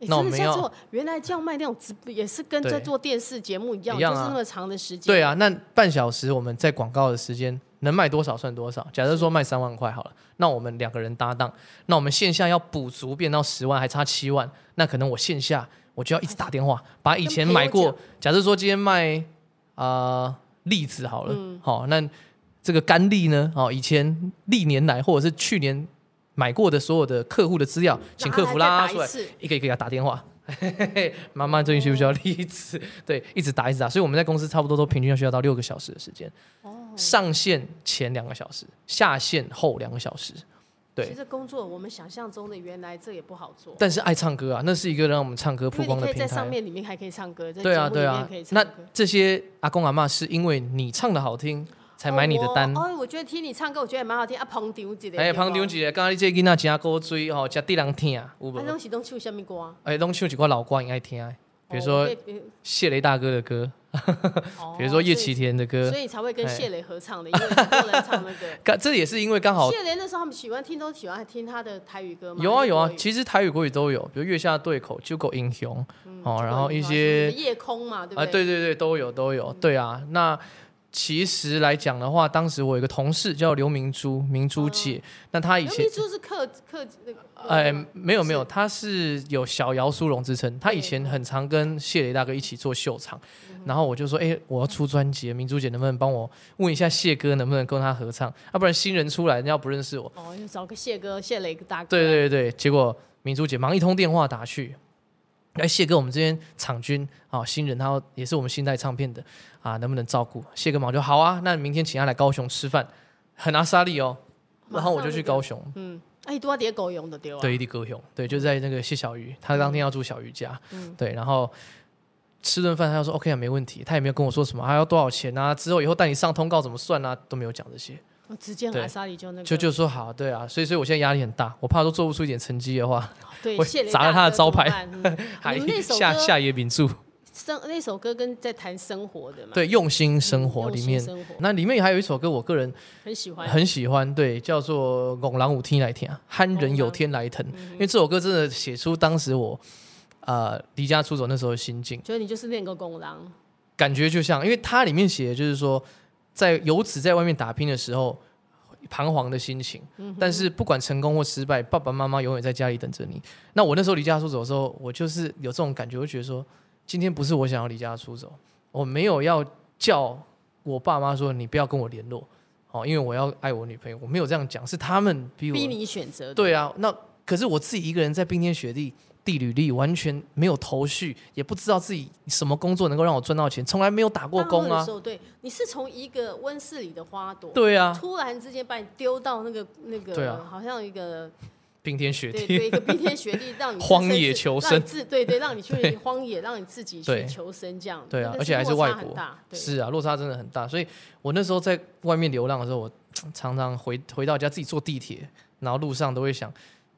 B: 诶
C: 那我
B: 真的
C: 们
B: 像
C: 要
B: 做原来叫卖那种直播，也是跟在
C: 对
B: 做电视节目一样，
C: 一样
B: 就
C: 啊
B: 是那么长的时间。
C: 对啊，那半小时我们在广告的时间能卖多少算多少。假设说卖三万块好了，那我们两个人搭档，那我们线下要补足变到十万，还差七万，那可能我线下我就要一直打电话，把以前买
B: 跟朋友嗯
C: 过，假设说今天卖啊、呃栗子好了，好、那这个干历呢，哦，以前历年来或者是去年买过的所有的客户的资料，请客
B: 啊
C: 服拉出来，一个一个给他打电话。 <laughs> 嘿嘿，妈妈最近需不需要例子？ <laughs> 对，一直打一直打，所以我们在公司差不多都平均要需要到六个小时的时间，
B: 哦
C: 上线前两个小时，下线后两个小时。对
B: 其实工作我们想象中的原来这也不好做，
C: 但是爱唱歌啊，那是一个让我们唱歌
B: 因
C: 曝
B: 为
C: 光
B: 你
C: 的
B: 可以
C: 平
B: 在上
C: 台。
B: 面里面还可以唱歌，在
C: 对
B: 节目
C: 啊，
B: 里
C: 对
B: 面
C: 啊
B: 可以。唱
C: 那
B: 歌。
C: 这些阿公阿嬷是因为你唱的好听才买你的单
B: 哦。我，哦我觉得听你唱歌，我觉得也蛮好听啊。彭丢几的，
C: 哎，旁听一个，刚刚你这个囡仔真古锥吼，真地人听有
B: 他
C: 无？
B: 拢是拢唱什么歌啊？
C: 哎，拢唱一挂老歌，因爱听的，比如
B: 哦
C: 说
B: 我可以
C: 谢雷大哥的歌，
B: 哦
C: 比如说叶启田的
B: 所以
C: 歌
B: 所，以才会跟
C: 哎
B: 谢磊合唱的，因为很多人唱那个。
C: 刚这也是因为刚 <laughs> 好
B: 谢雷那时候他们喜欢听都喜欢听他的台语歌嘛，
C: 有啊有啊
B: 国，语
C: 其实台语国语都有，比如月下对口、九狗英雄
B: 嗯
C: 哦，
B: 中文
C: 然后
B: 歌
C: 一
B: 啊
C: 些
B: 什么夜空嘛，对
C: 啊，
B: 不
C: 对对对，都有都
B: 嗯
C: 有，对啊。那其实来讲的话，当时我有一个同事叫刘明珠，明珠姐，那她以
B: 啊刘
C: 前
B: 明。哎珠是客客那个，
C: 哎，
B: 嗯
C: 没有没有，
B: 是
C: 她是有小姚苏荣之称。她以前很常跟谢雷大哥一起做秀场，
B: 嗯
C: 然后我就说，哎，我要出专辑，明珠姐能不能帮我问一下谢哥能不能跟他合唱？要、不然新人出来，人家不认识我。
B: 哦，又找个谢哥、谢磊大哥，
C: 对，对对，结果明珠姐忙一通电话打去，哎，谢哥，我们这边场军啊、新人，他要也是我们新代唱片的啊，能不能照顾？谢哥忙就好啊，那明天请他来高雄吃饭，很阿莎利哦。然后我就去高雄，
B: 嗯，哎，多点狗用的对吧？
C: 对，，一地歌雄，对，就在那个谢小鱼，他当天要住小鱼家，
B: 嗯
C: 对，然后吃顿饭，他就说 OK 啊，没问题，他也没有跟我说什么，还、要多少钱啊，之后以后带你上通告怎么算啊，都没有讲这些，
B: 我哦直接
C: 对
B: 拿沙里就那个，
C: 就就说好，对啊，所以所以我现在压力很大，我怕都做不出一点成绩的话，
B: 哦对
C: 我
B: 谢磊
C: 砸了他的招牌
B: 大哥怎
C: <laughs>
B: 么办，嗯
C: 还
B: 你们那首
C: 下
B: 歌
C: 下野
B: <laughs>
C: 秉柱。
B: 生那首歌跟在谈生活的嘛，
C: 对，用心
B: 嗯，
C: 生活
B: 用
C: 里
B: 心
C: 面，
B: 生活
C: 那里面还有一首歌，我个人
B: 很喜欢，
C: 很喜欢，对，叫做《拱狼舞天来听》，啊
B: 哦
C: 憨人有天来疼，
B: 嗯
C: 因为这首歌真的写出当时我呃离家出走那时候的心境，
B: 觉得你就是练个公狼，
C: 感觉就像，因为它里面写的就是说，在游子在外面打拼的时候。彷徨的心情，
B: 嗯
C: 但是不管成功或失败，爸爸妈妈永远在家里等着你。那我那时候离家出走的时候，我就是有这种感觉，我就觉得说，今天不是我想要离家出走，我没有要叫我爸妈说你不要跟我联络，哦，因为我要爱我女朋友，我没有这样讲，是他们逼我。
B: 逼你选择的，
C: 对啊，那可是我自己一个人在冰天雪地。地履历完全没有头绪，也不知道自己什么工作能够让我赚到钱，从来没有打过
B: 当
C: 工
B: 的
C: 啊
B: 时。候，对，你是从一个温室里的花朵，
C: 对啊，
B: 突然之间把你丢到那个那个，
C: 对啊
B: 好像一个
C: 冰天雪
B: 对
C: 地，
B: 对一个冰天雪地，
C: <laughs>
B: 让你自
C: 荒
B: 身
C: 野
B: 自
C: 求
B: 让
C: 生
B: 你自对对，让你去
C: 对
B: 荒野，让你自己去
C: 对
B: 求生这样，
C: 对啊
B: 那个
C: 而且还是
B: 落差
C: 外
B: 很
C: 国
B: 大，对，
C: 是啊，落差真的很大。所以我那时候在外面流浪的时候，我常常回回到家自己坐地铁，然后路上都会想，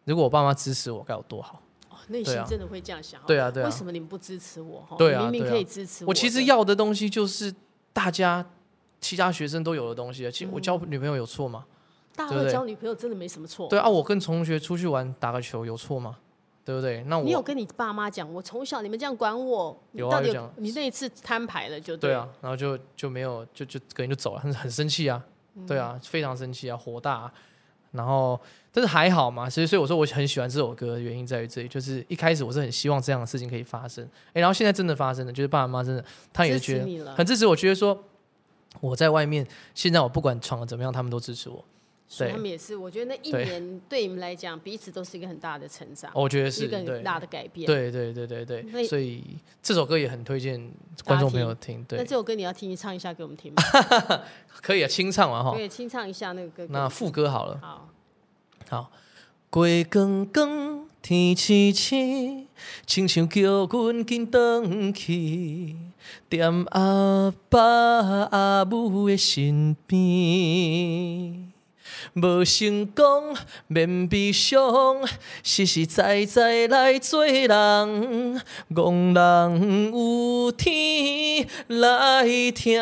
C: 如果我爸妈支持我该有多好。
B: 哦内
C: 对
B: 心
C: 啊
B: 真的会这样想，哦
C: 对啊对啊
B: 为什么你们不支持我？哈，
C: 对啊
B: 你明明
C: 对啊
B: 可以支持
C: 我其
B: 的
C: 实要的东西就是大家其他学生都有的东西啊。其实
B: 嗯
C: 我交女朋友有错吗？
B: 大
C: 对不
B: 二
C: 对
B: 交女朋友真的没什么错，
C: 对啊，我跟同学出去玩打个球有错吗？对不对？那
B: 你有
C: 我
B: 跟你爸妈讲，我从小你们这样管我，你
C: 有啊
B: 到底
C: 有讲
B: 你那一次摊牌了就
C: 对
B: 了
C: 啊，然后就就没有就就可能就走了，很很生气啊，
B: 嗯
C: 对啊，非常生气啊，火大、啊。然后，但是还好嘛，所以所以我说我很喜欢这首歌的原因在于这里，就是一开始我是很希望这样的事情可以发生，哎，然后现在真的发生了，就是爸爸妈妈真的他也
B: 支
C: 是觉
B: 持
C: 得
B: 你了，
C: 很支持我，觉得说我在外面现在我不管闯的怎么样，他们都支持我，
B: 所以
C: 对
B: 他们也是，我觉得那一
C: 对
B: 年对你们来讲，彼此都是一个很大的成长，
C: 哦我觉得是
B: 一个很
C: 对。
B: 大的改变。，
C: 对对对对
B: 那
C: 对，所以这首歌也很推荐观众朋友听，
B: 那
C: 对哦
B: 这，首歌你要听，你唱一下给我们听吧，
C: 可以啊，清唱完哈。
B: 对，清唱一下那个歌给我
C: 那
B: 们。
C: 副歌好了，
B: 好，
C: 好。月光光，天星星，亲像叫阮紧返去，踮阿爸阿母的身边。无成功，免悲伤，实实在在来做人，戆人有天来听。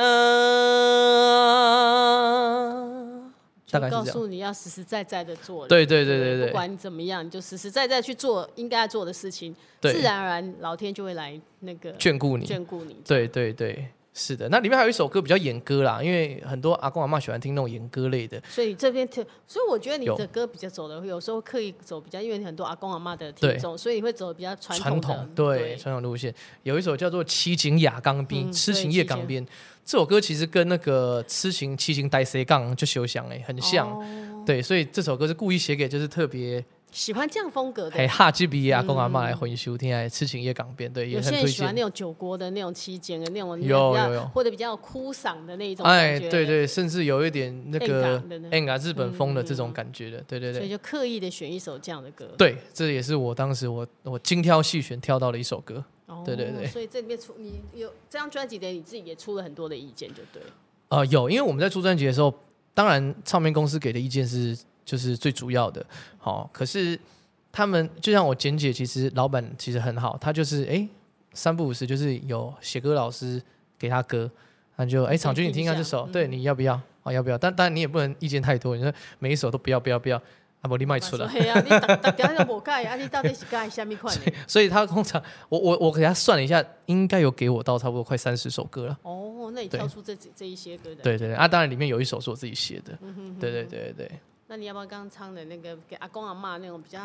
C: 大
B: 就
C: 概是
B: 告
C: 这样。
B: 诉你要实实在在的做人。
C: 对对对对对
B: 不管你怎么样，你就实实在在去做应该做的事情，
C: 对
B: 自然而然老天就会来那个
C: 眷顾你。
B: 眷顾你。
C: 对对对，是的，那里面还有一首歌比较演歌啦，因为很多阿公阿妈喜欢听那种演歌类的。
B: 所以这边特，所以我觉得你
C: 有
B: 的歌比较走的，有时候刻意走比较，因为你很多阿公阿妈的听众，所以会走比较传
C: 传
B: 统
C: 统
B: 的。
C: 对传统路线，有一首叫做《七情雅冈边》，
B: 嗯
C: 痴
B: 对
C: 情夜
B: 七
C: 港
B: 情
C: 边。这首歌其实跟那个痴情七情带 C 杠就休想哎、很像。
B: 哦
C: 对，所以这首歌是故意写给就是特别
B: 喜欢这样风格
C: 还
B: 的。
C: 哈基比阿公阿妈来混修听来痴情夜港边，对，也
B: 有
C: 很
B: 些
C: 推
B: 人喜欢
C: 荐
B: 那。种九国的那种期间的那种，
C: 有
B: 比较
C: 有有
B: 或者比较哭嗓的那一种
C: 哎，
B: 感觉。
C: 对，对，甚至有一点那个
B: Enga 的那
C: enga 日本风的这种
B: 嗯
C: 感觉的，对对
B: 所以
C: 对。
B: 就刻意的选一首这样的歌。
C: 对，这也是我当时我我精挑细选挑到的一首歌。
B: 哦
C: 对对对
B: 所以这里面出你有这张专辑的，你自己也出了很多的意见，就对了。
C: 呃，有，因为我们在出专辑的时候，当然唱片公司给的意见是就是最主要的，好、可是他们就像我简姐，其实老板其实很好，他就是哎三不五时就是有写歌老师给他歌，他就哎场君你听一下这首，对你要不要？哦要不要？但当然你也不能意见太多，你说每一首都不要不要不要，啊不你卖出来。
B: 嘿啊，你大大家都无改，啊，你到底是改下面款的？
C: <laughs> 所以他通常我我我给他算了一下，应该有给我到差不多快三十首歌了。
B: 哦，那你
C: 对
B: 挑出这这一些歌的，
C: 对对嗯对，啊，当然里面有一首是我自己写的，对对对对对。
B: 那你要不要刚刚唱的那个给阿公阿妈那种比较？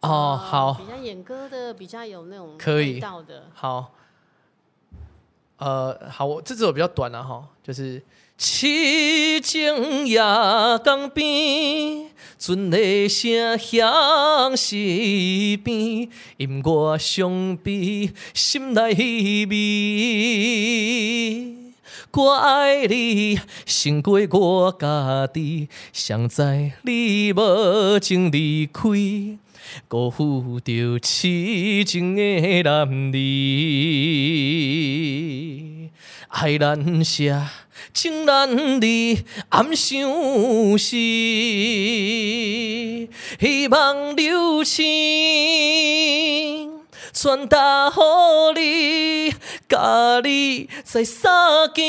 C: 哦，
B: 呃
C: 好，
B: 比较演歌的，比较有那种
C: 可以
B: 味道的。
C: 好，呃，好，我这首比较短了、啊、哈，就是痴情夜江边，船的声响西边，饮我伤悲，心内味。我爱你，胜过我家己，谁知你无情离开。辜负着痴情的男儿，爱难舍，情难离，暗相思，希望流星。传达予你，甲你在三更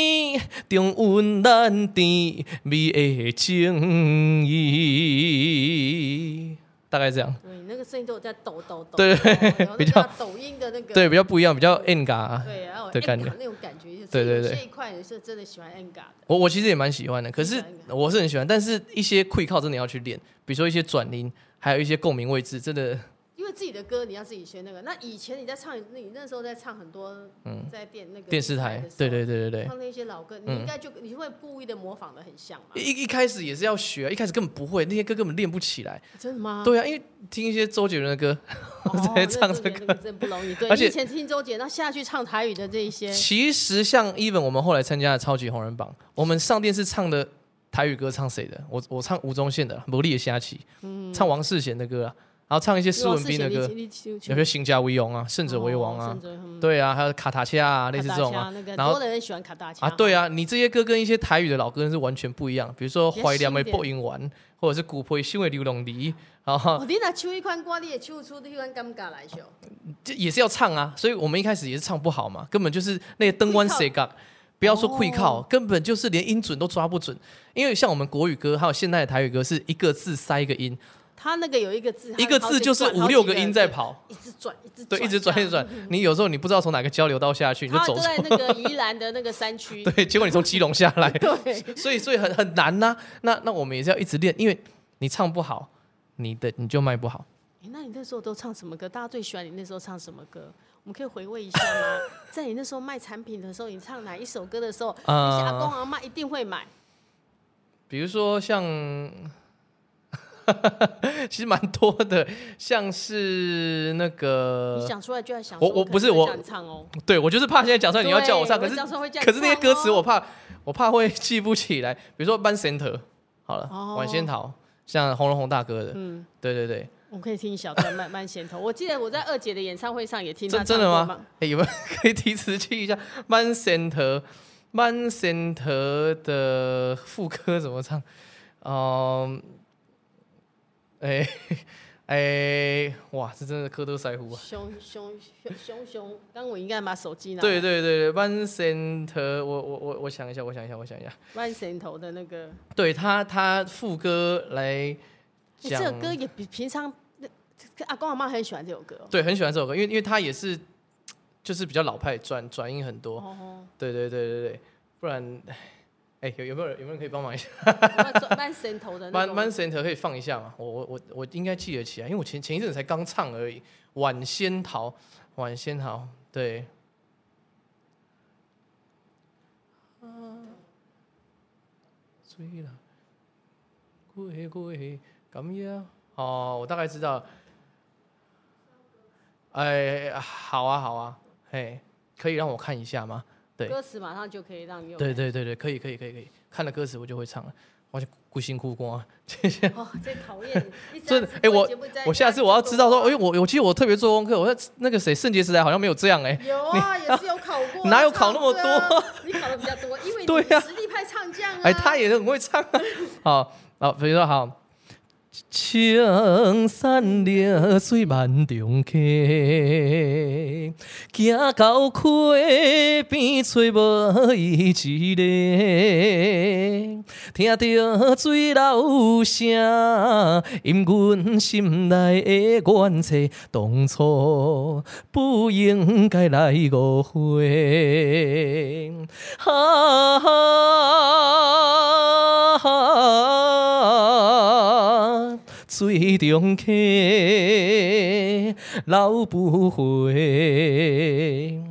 C: 重温咱甜蜜的情谊。大概这样，
B: 对，那个声音都有在抖抖抖，
C: <laughs> 对
B: 抖有那
C: 比较
B: 个抖音的那个，
C: 对，比较不一样，比较 N 嘎。
B: 对，然后
C: 的感
B: N
C: 觉
B: 感那种感觉，
C: 对对对
B: 这一块人是真的喜欢 N 嘎的，
C: 我我其实也蛮喜欢的，可是
B: 喜欢 N 嘎
C: 我是很喜欢，但是一些 quick 靠真的要去练，比如说一些转音，还有一些共鸣位置，真的
B: 因为自己的歌你要自己学那个。那以前你在唱，那你那时候在唱很多，嗯，在电那个
C: 电视台
B: 的时，候
C: 对对对对对。嗯
B: 唱那些老歌，你应该就你会故意的模仿的很像嘛？
C: 一一开始也是要学，啊一开始根本不会，那些歌根本练不起来。
B: 真的吗？
C: 对啊，因为听一些周杰伦的歌，
B: 嗯哦，
C: <laughs> 我在唱这
B: 那
C: 个
B: 个真不容易。对，
C: 而
B: 你
C: 且
B: 以前听周杰，那下去唱台语的这一些，
C: <laughs> 其实像 even 我们后来参加的超级红人榜，我们上电视唱的台语歌唱谁的？我我唱吴宗宪的《魔力的虾棋》，唱王世贤的歌啊，然后唱一些施文斌的歌，有些新加为王啊，胜者为王
B: 哦
C: 啊，
B: 对，
C: 对啊，还有卡塔恰啊，类似这
B: 嗯
C: 种
B: 卡达嗯恰
C: 啊
B: 那个
C: 然后
B: 多的人喜欢卡大
C: 啊，对啊，你这些歌跟一些台语的老歌是完全不一样，比如说
B: 比
C: 《
B: 较
C: 怀念
B: 新
C: 的
B: 一点
C: 播音丸》，或者是《古婆新为流浪离》，然后
B: 哦，你若唱一款歌，你也唱不出你款感觉来笑。
C: 这也是要唱啊，所以我们一开始也是唱不好嘛，根本就是那些灯光谁杠，不要说会靠、
B: 哦
C: 根本就是连音准都抓不准。因为像我们国语歌还有现代的台语歌，是一个字塞一个音，
B: 他那个有一个字，
C: 一个字就是五六个音在，跑，
B: 一直转，一哦直
C: 对，一直转一直转。你有时候你不知道从哪个交流道下去，你就
B: 他
C: 走
B: 都在
C: 错，
B: 那个宜兰的那个山区，
C: <laughs> 对，结果你从基隆下来，
B: 对，
C: 所以所以很很难呐、那那我们也是要一直练，因为你唱不好，你的你就卖不好。
B: 诶那你那时候都唱什么歌？大家最喜欢你那时候唱什么歌？我们可以回味一下吗？在你那时候卖产品的时候，你唱哪一首歌的时候，
C: 啊
B: 那些阿公阿妈一定会买。
C: 比如说像， <laughs> 其实蛮多的，像是那
B: 你
C: 个，
B: 讲出来就在想
C: 我
B: 说，
C: 我
B: 可能
C: 不是
B: 会
C: 我
B: 叫你唱哦。
C: 对我就是怕现在讲出来你要叫我唱，可
B: 对我
C: 是
B: 讲出来会叫你
C: 可是那些歌词
B: 唱哦
C: 我怕我怕会记不起来，比如说《班 Center》好了，
B: 哦
C: 晚仙桃，像洪荣宏大哥的，
B: 嗯，
C: 对对对，
B: 我可以听一小段慢慢先头。我记得我在二姐的演唱会上也听她
C: 真真的
B: 唱过
C: 吗？？哎，有 <laughs> 没有可以提词器一下《班 Center》？《班 Center》的副歌怎么唱？嗯，哎哎，哇，这真的歌都塞糊啊！
B: 熊熊熊熊熊，刚我应该把手机拿。
C: 对，对对对，One Center，我我我我想一下，我想一下，我想一下，
B: 万神头的那个，
C: 对他他副歌来
B: 诶
C: 讲，
B: 哎这首歌也比平常那这个阿公阿妈很喜欢这首歌哦。
C: 对很喜欢这首歌，因为因为他也是就是比较老派，转转音很多。
B: 哦，
C: 对对对对对，不然，哎，有有没有人有没有人可以帮忙一下？
B: 慢慢哦神头的那
C: 慢
B: 种。
C: 慢 center 可以放一下嘛？我我我我应该记得起来，因为我前前一阵子才刚唱而已，《晚仙桃》，《晚仙桃》对。追啊了，过黑过黑，咁样哦，我大概知道了。哎，好啊，好啊，嘿，可以让我看一下吗？对
B: 歌词马上就可以让你有
C: 对对对对，可以可以可以可以，看了歌词我就会唱了，我就孤辛苦光啊。
B: 哦，这考 <laughs> 验你。
C: 真的哎我我下次我要知道说，哎、
B: 呦，
C: 我我记得我特别做功课，我说那个谁，圣洁时代好像没有这样哎、
B: 有啊，也是有考 <laughs> 过，
C: 哪有考那么
B: 唱歌啊？你考的比较 <laughs> 多，因为
C: 对
B: 你
C: 啊
B: 实力派唱将啊。
C: 哎、他也很会唱啊。好， <laughs> 好，比如说好，青山绿水万重溪，行到溪边找无伊一个，听着水流声，引阮心内的怨气，当初不应该来误会。啊，水中客，老不回。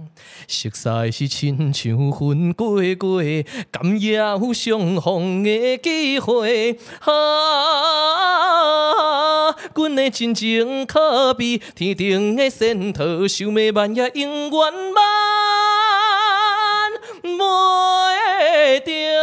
C: 熟悉是亲像云过过，甘也有相逢的机会。啊，阮的真情可比天顶的仙桃，想要万也永远万
B: 哦
C: 袂着。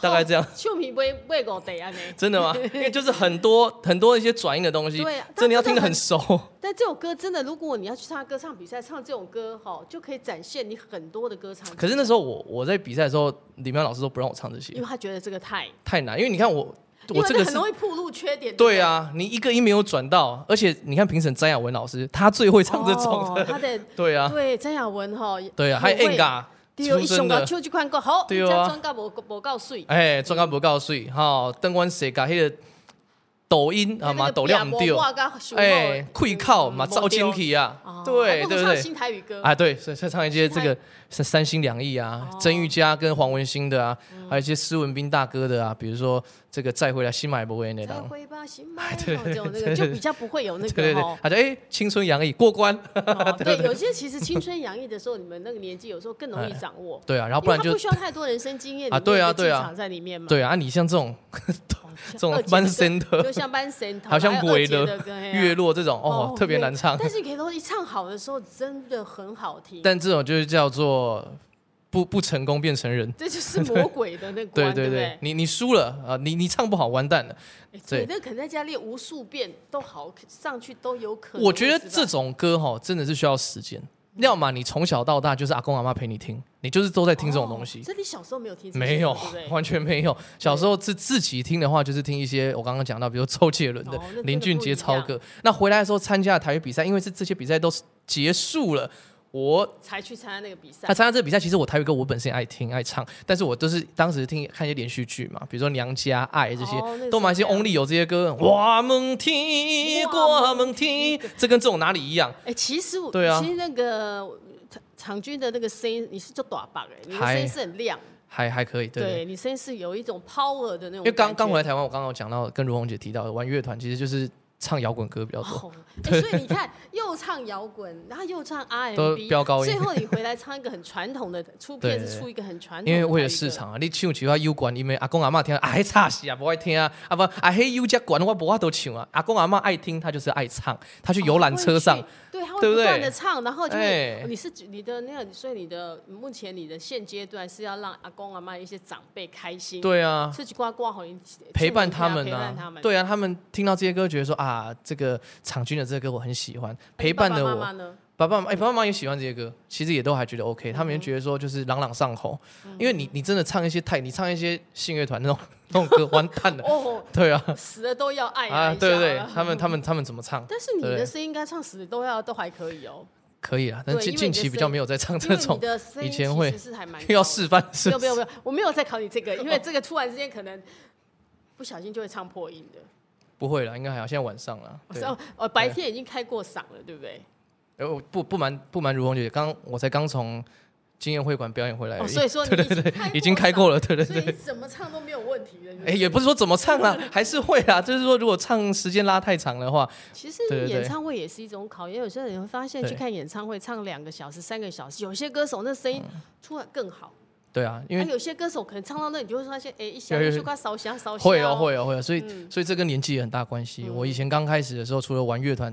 C: 大概这样。
B: 秀米不会狗得啊没？
C: 真的吗？因为就是很多很多一些转音的东西，
B: 对啊
C: 真的要
B: 它真的
C: 听得
B: 很
C: 很熟。
B: 但这首歌真的，如果你要去唱歌唱比赛，唱这种歌哈，就可以展现你很多的歌唱技巧。
C: 可是那时候我我在比赛的时候，李妙老师都不让我唱这
B: 因
C: 些
B: 为，他觉得这个太，
C: 太难。因为你看我
B: 因
C: 我
B: 为
C: 这
B: 那
C: 个
B: 很
C: 是
B: 容易暴露缺点。
C: 对
B: 不，
C: 啊，你一个音没有转到，而且你看评审詹雅文老师，他最会唱这种
B: 哦
C: 的，
B: 他的
C: <laughs> 对啊，
B: 对詹雅文哈，
C: 对啊，还有
B: 很会
C: Enga
B: 对哦，
C: 出
B: 一
C: 身
B: 上到
C: 的，
B: 手机看过，好，
C: 对啊
B: 人家专家无无够水，
C: 哎，专家不告水哈，灯光谁搞那个抖音啊嘛，抖量唔掉，哎，愧靠嘛，照进
B: 去，
C: 去啊
B: 嗯哦，还
C: 对
B: 不
C: 对
B: 如
C: 不
B: 唱
C: 对？
B: 新台语歌
C: 啊，对，所以唱一些这个三三心两意啊，
B: 哦
C: 曾玉佳跟黄文兴的啊，
B: 嗯
C: 还有一些施文斌大哥的啊，比如说这个再回来新买不为那
B: 才
C: 档，
B: 会把心买这
C: <laughs>
B: 种那个就比较不会有那
C: 哎对对
B: 个
C: <laughs> 对
B: 哦，
C: 他就哎青春洋溢过关，
B: 哦对，有些其实青春洋溢的时候，你们那个年纪有时候更容易掌握，
C: 对啊，然
B: 因
C: 后
B: 为
C: 不然
B: 它
C: 就
B: 不需要太多人生经验
C: 啊对啊对
B: 你有一
C: 啊
B: 个技巧在里面嘛，
C: 对啊，啊你像这种
B: 哦，
C: <laughs> 这
B: 这
C: 种班森
B: 就
C: 的
B: 像班神头，
C: 好像
B: 还有
C: 鬼
B: 二姐
C: 的
B: 的歌嘿啊
C: <laughs> 月落这种哦特别难唱，
B: 但是你可以说一唱好的时候真的很好听，
C: <laughs> 但这种就是叫做不不成功变成人。
B: 这就是魔鬼的那
C: 对
B: 关，
C: 对
B: 不
C: 对，？你你输了啊、你你唱不好完蛋了。
B: 哎
C: 对
B: 你那可能在家练无数遍都好，上去都有可能。
C: 我觉得
B: 是吧
C: 这种歌哈，真的是需要时间。要么你从小到大就是阿公阿妈陪你听，你就是都在听这种东西
B: 哦，这你小时候没有听这些歌，
C: 没有
B: 对不对，
C: 完全没有。小时候是自己听的话，就是听一些我刚刚讲到，比如周杰伦的
B: 哦那真的、
C: 林俊杰超歌。那回来的时候参加的台语比赛，因为是这些比赛都是结束了，我
B: 才去参加那个比赛
C: 他。参加这个比赛，其实我台语歌我本身也爱听爱唱，但是我都是当时听看一些连续剧嘛，比如说《娘家爱》这些，
B: 哦那个
C: 都蛮些
B: 时候
C: Only 有这些
B: 哦
C: 歌。我们听，我们听，这跟这种哪里一样？
B: 哎，其实我
C: 对啊
B: 其实那个长长军的那个声音，你是就短棒哎，你的
C: 嗨
B: 声音是很亮，
C: 还还可以，对。
B: 对你声音是有一种 power 的那种感觉。
C: 因为刚刚回来台湾，我刚刚有讲到跟如红姐提到的，玩乐团其实就是唱摇滚歌比较多。
B: 哦，欸、所以你看，又唱摇滚，然后又唱 R
C: 都
B: N B，
C: 飙高音
B: 最后你回来唱一个很传统的，出片
C: 对
B: 是出一个很传统的，
C: 因为为了市。场啊，你唱其他优管，因为阿公阿嬷听啊，还差死啊，不爱听啊，啊不啊嘿优加管我不爱都唱啊，阿公阿嬷爱听，他就是爱唱，他去游览车上
B: 哦，他会去对，他
C: 对
B: 会不
C: 不对
B: 断的唱，然后就
C: 哎
B: 会，你是你的那个，所以你的目前你的现阶段是要让阿公阿妈一些长辈开心，，
C: 对啊，
B: 自己挂挂好，
C: 陪伴他们
B: 陪伴他
C: 啊
B: 们，，
C: 对啊，他们听到这些歌，觉得说啊，这个场军的这个歌我很喜欢，
B: 哎
C: 陪伴的
B: 爸爸
C: 我
B: 妈，妈呢，
C: 爸爸妈妈、哎，爸爸妈妈也喜欢这些歌，其实也都还觉得
B: 嗯
C: OK，他们也觉得说就是朗朗上口，因为你你真的唱一些太，你唱一些信乐团那种那种歌，完蛋
B: <laughs>
C: 了，
B: 哦，
C: 对啊，
B: 死了都要爱
C: 啊，对
B: 对
C: 对对，他们他们他们怎么唱
B: 但是你
C: 对
B: 的声音应该唱死了都要都还可以哦，
C: 可以啊，但
B: 对
C: 近
B: 因为
C: 近
B: 你的
C: 期比
B: 声
C: 较没有在唱
B: 因
C: 这
B: 为你
C: 种，
B: 的声音
C: 以前
B: 其
C: 会
B: 实是还蛮
C: <laughs> 又要
B: 高的
C: 示范是
B: 没有没有没有，我没有在考你这个，因为这个突然之间可能不小心就会唱破音的。
C: 不会了，应该还好，现在晚上了。对，
B: 哦，呃，白天已经开过嗓了，对不对？
C: 然后不不瞒不瞒如红姐，刚我才刚从经验会馆表演回来而已，
B: 哦，所以说你
C: <laughs> 对
B: 已
C: 对
B: 经
C: 对，已
B: 已
C: 经开过了，对对
B: 所以你
C: 对。
B: 怎么唱都没有问题的。就是
C: 哎，也不是说怎么唱啦，还是会啦，就是说如果唱时间拉太长的话，
B: 其实
C: 对对对
B: 演唱会也是一种考验，有些人会发现
C: 对
B: 去看演唱会唱两个小时、三个小时，有些歌手那声音出来更好，
C: 对啊，嗯因
B: 那、
C: 为
B: 有些歌手可能唱到那，你就会发现，哎、一下
C: 有有
B: 就快烧香烧香、
C: 会哦，会哦，会哦，所以、
B: 嗯
C: 所以这跟年纪也很大关系。我以前刚开始的时候，除了玩乐团、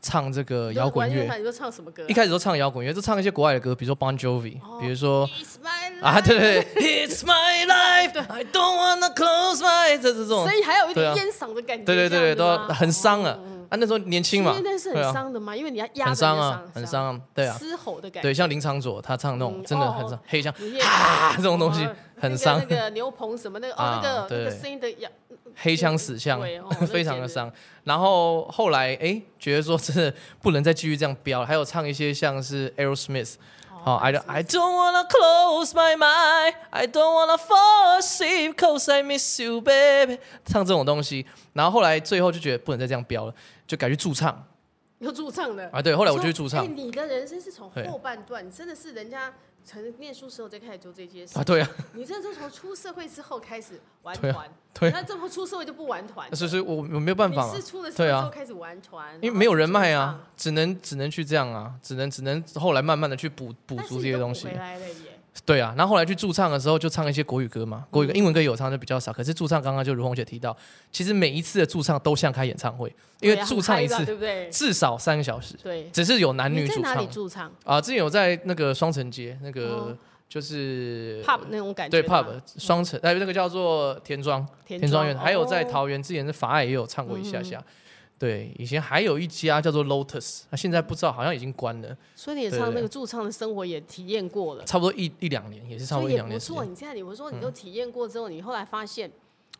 C: 唱这个
B: 你就
C: 摇滚
B: 玩乐
C: 乐，
B: 团你说唱什么歌？啊
C: 一开始都唱摇滚乐，就唱一些国外的歌，比如说 Bon Jovi，、比
B: 哦
C: 如说
B: It's my life
C: 啊，对对对，It's
B: <laughs>
C: my life, I don't wanna close my eyes，这这种
B: 所，以还有一
C: 对
B: 点
C: 啊
B: 烟嗓的感觉，
C: 对对对对，
B: 这
C: 都
B: 样
C: 要
B: 子吗
C: 很伤啊、啊，那时候年轻嘛，
B: 因为那是
C: 对
B: 很
C: 啊，
B: 伤的嘛，因为你要压着你
C: 很
B: 的
C: 伤啊，很伤、啊，对啊，
B: 嘶吼的感觉，
C: 对，像林长佐他唱那种
B: 嗯
C: 真的很
B: 哦
C: 伤，黑像
B: 午夜
C: 啊这种东西
B: 哦
C: 很伤
B: 那个那个牛棚什么那个哦
C: 啊，
B: 那个
C: 对
B: 那个声音的呀， <laughs>
C: 黑枪死枪
B: 对
C: <laughs>
B: 哦，
C: 非常的伤。然后后来哎，诶觉得说真的不能再继续这样飙了，还有唱一些像是 Aerosmith，好、i
B: 哦
C: don't I
A: I don't wanna close my mind, I don't wanna fall asleep, cause I miss you, baby。
C: 唱这种东西。然后后来最后就觉得不能再这样飙了，就改去驻唱
B: 有驻唱的。
C: 啊。对，后来我就去驻唱
B: 哎你的人生是从
C: 对
B: 后半段，真的是人家从念书时候就开始做这些事
C: 啊，，对啊， <laughs>
B: 你这是从出社会之后开始玩
C: 对啊
B: 团，
C: 对啊
B: 那这不出社会就不玩团，
C: 所以所以我我没有办
B: 你
C: 法嘛
B: 是出了，社
C: 对
B: 会之后
C: 啊，
B: 开始玩团，
C: 因为没有人脉啊，只能只能去这样啊，只能只能后来慢慢的去补补
B: 然后就
C: 足
B: 驻唱，但是你
C: 这些
B: 都
C: 东
B: 补
C: 西
B: 回。来了耶，
C: 对啊，然后后来去驻唱的时候就唱一些国语歌嘛，
B: 嗯
C: 国语歌、英文歌有唱就比较少。可是驻唱刚刚就如红姐提到，其实每一次的驻唱都像开演唱会，因为
B: 对啊
C: 驻唱一
B: 很嗨吧对
C: 次
B: 不对？
C: 至少三个小时，
B: 对，
C: 只是有男女
B: 你在
C: 主
B: 哪
C: 唱
B: 里驻唱
C: 啊。之前有在那个双城街那个就是
B: 哦？pub 那种感觉
C: 对
B: 吗
C: pub 双城，哎，那个叫做田庄
B: 田
C: 田庄园，还有在
B: 哦嗯
C: 桃园之前的法爱也有唱过一下下。对，以前还有一家叫做 Lotus，那现在不知道好像已经关了，
B: 所以你也
C: 对
B: 唱那
C: 对
B: 个驻唱的生活也体验过了，
C: 差不多一一两年，也是差不
B: 所
C: 多
B: 以
C: 一
B: 也
C: 两
B: 不
C: 年时间。嗯
B: 错。你这样，你我说你都体验过之后，你后来发现，哎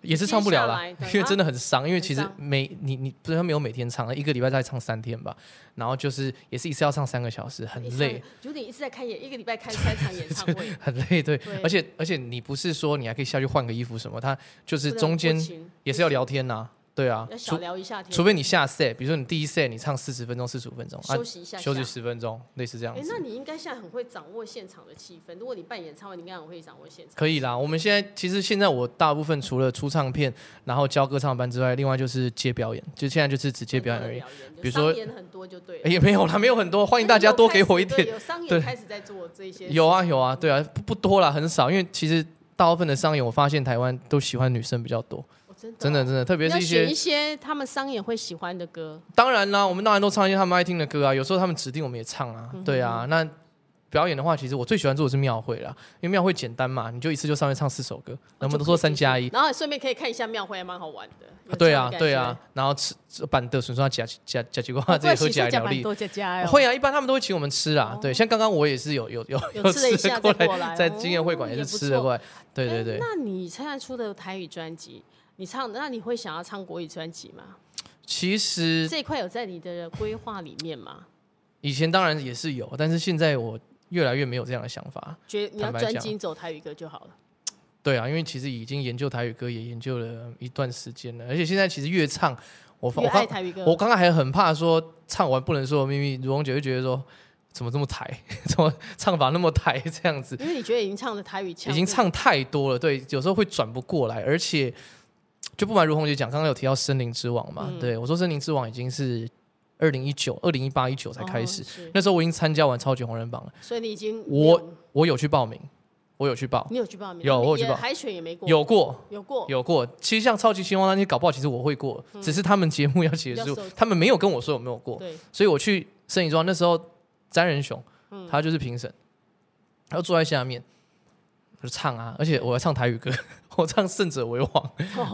C: 也是唱不了啦
B: 接下来，对啊
C: 因为真的很伤。因为其实
B: 很伤
C: 每你你不是他没有每天唱，一个礼拜大概唱三天吧，然后就是也是一次要唱三个小时，很
B: 一
C: 累
B: 场，，有点一直在开演，一个礼拜开三场演唱
C: <laughs>
B: 会，
C: 很累。对
B: 对，
C: 而且而且你不是说你还可以下去换个衣服什么，他就是
B: 不能
C: 中间
B: 不行
C: 也是要聊天呐，对啊
B: 要，小
C: 除
B: 聊一下天
C: 除。非你下 set，比如说你第一 set 你唱四十分钟、四十五分钟，啊
B: 休息一下下
C: 休息十分钟，类似这样
B: 哎，
C: 子
B: 那。你应该现在很会掌握现场的气氛。如果你办演唱会，你应该很会掌握现场。
C: 可以啦，我们现在其实现在我大部分除了出唱片，然后教歌唱班之外，另外就是接表演，就现在就是只接表演而已。
B: 就
C: 比如说
B: 商演很多就对了
C: 哎。也没有啦，没有很多，欢迎大家多给我一
B: 对 <laughs>
C: 点。
B: 有商演
C: 对
B: 开始在做这些，
C: 有啊有啊，对啊，不不多啦，很少，因为其实大部分的商演，我发现台湾都喜欢女生比较多，
B: 哦真的
C: 真的真的，特别
B: 要
C: 是一
B: 选
C: 些
B: 一，些他们商演会喜欢的歌。
C: 当然啦，我们当然都唱一些他们爱听的歌啊，有时候他们指定我们也唱啊，
B: 嗯
C: 对啊，那。表演的话，其实我最喜欢做的是庙会啦，因为庙会简单嘛，你就一次就上去唱四首
B: 哦
C: 歌，我们都说三加一，
B: 然后顺便可以看一下庙会，还蛮好玩的。有
C: 啊对
B: 这样
C: 啊
B: 的感
C: 对
B: 觉
C: 啊，，然后吃吃板凳，顺便加加加几瓜，
B: 哦
C: 自己喝起
B: 怪喜
C: 来
B: 事加
C: 聊力
B: 蛮，多加加哦。
C: 会啊，一般他们都会请我们吃啊，对，像刚刚我也是有有有
B: 有吃了一
C: 吃
B: 下
C: 过
B: 再过来
C: <laughs> 在
B: 哦
C: 经验会馆也
B: 也
C: 是
B: 不
C: 吃了
B: 错
C: 过来，对
B: 哎
C: 对对。
B: 那你现在出的台语专辑，你唱，那你会想要唱国语专辑吗？
C: 其实
B: 这一块有在你的规划里面吗？
C: 以前当然也是有，但是现在我越来越没有这样的想法。
B: 觉你要
C: 坦白
B: 专
C: 讲
B: 精走台语歌就好了。
C: 对啊，因为其实已经研究台语歌也研究了一段时间了，而且现在其实越唱，我发
B: 越
C: 我
B: 爱
C: 刚
B: 台语歌，
C: 我刚刚还很怕说唱完不能说的秘密，如红姐会觉得说怎么这么台， <laughs> 怎么唱法那么台 <laughs> 这样子，
B: 因为你觉得已经唱的台语腔，
C: 已经唱太多了，对，有时候会转不过来，而且就不瞒如红姐讲，刚刚有提到《森林之王》嘛，
B: 嗯
C: 对我说《森林之王》已经是二零一九、二零一八、一九才开始，
B: 哦是
C: 那时候我已经参加完超级红人榜了。
B: 所以你已经
C: 我
B: 没有
C: 我有去报名，我有去报，
B: 你有去报名？
C: 有
B: 你
C: 我有去
B: 也
C: 报
B: 海选也没过，
C: 有过
B: 有过，
C: 有过。其实像超级星光那些搞不好，其实我会过，只是他们节目要结
B: 嗯要
C: 束
B: 收，
C: 他们没有跟我说有没有过，
B: 对，
C: 所以我去摄影庄那时候，詹仁雄
B: 嗯
C: 他就是评审，他就坐在下面，我就唱啊，而且我要唱台语歌， <laughs> 我唱《胜者为王》。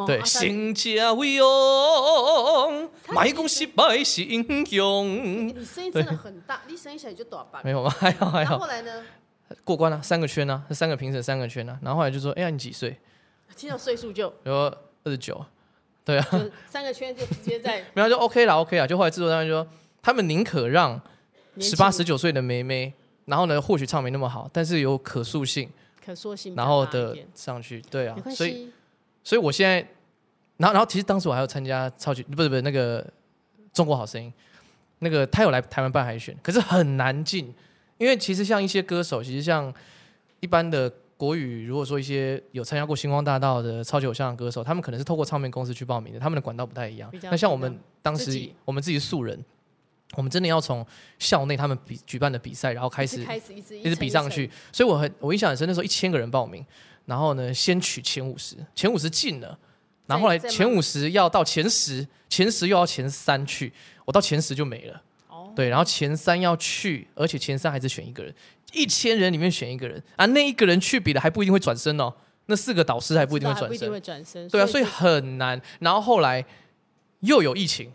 C: 对，
B: 啊
C: 行者为王，卖讲失败是英雄
B: 但。你声音真的很大，你声音小你就短
C: <laughs>
B: 吧。
C: 没有吗？还好还
B: 啊然后
C: 好，
B: 后来呢？
C: 过关了、三个圈啊，三个评审三个圈啊。然后后来就说：“哎呀，你几岁？”
B: 听到岁数就
C: 然后二十九，对 <laughs> 啊，
B: 就三个圈就直接在
C: 然后就 OK 啦，OK 啦。就后来制作单位就说，他们宁可让
B: 年
C: 十
B: 轻
C: 八、十九岁的妹妹，然后呢，或许唱没那么好，但是有可塑性，
B: 可塑性比较
C: 然后
B: 大一
C: 的
B: 点，
C: 上去，对啊
B: 没。关
C: 所以，
B: 系。
C: 所以我现在然后然后其实当时我还有参加超级不是不是那个中国好声音，那个他有来台湾办海选，可是很难进，因为其实像一些歌手，其实像一般的。国语如果说一些有参加过星光大道的超级偶像的歌手，他们可能是透过唱片公司去报名的，他们的管道不太一样
B: 比。较
C: 那像我
B: 不一样
C: 们当
B: 自
C: 时
B: 己
C: 我们自己素人，我们真的要从校内他们比举办的比赛，然后开
B: 是
C: 始
B: 开始一直一
C: 一直比上去，，所以我很我印象很深，那时候一千个人报名，然后呢先取前五十，前五十进了，然后后来
B: 再再
C: 前五十要到前十，前十又要前三去，我到前十就没了，
B: 哦，
C: 对，然后前三要去，而且前三还是选一个人，一千人里面选一个人啊，那一个人去比了还不一定会转身哦，那四个导师还不一定会
B: 啊知道还不一
C: 转
B: 定
C: 身，
B: 会转身，
C: 对啊，所以
B: 就
C: 很难。然后后来又有疫情，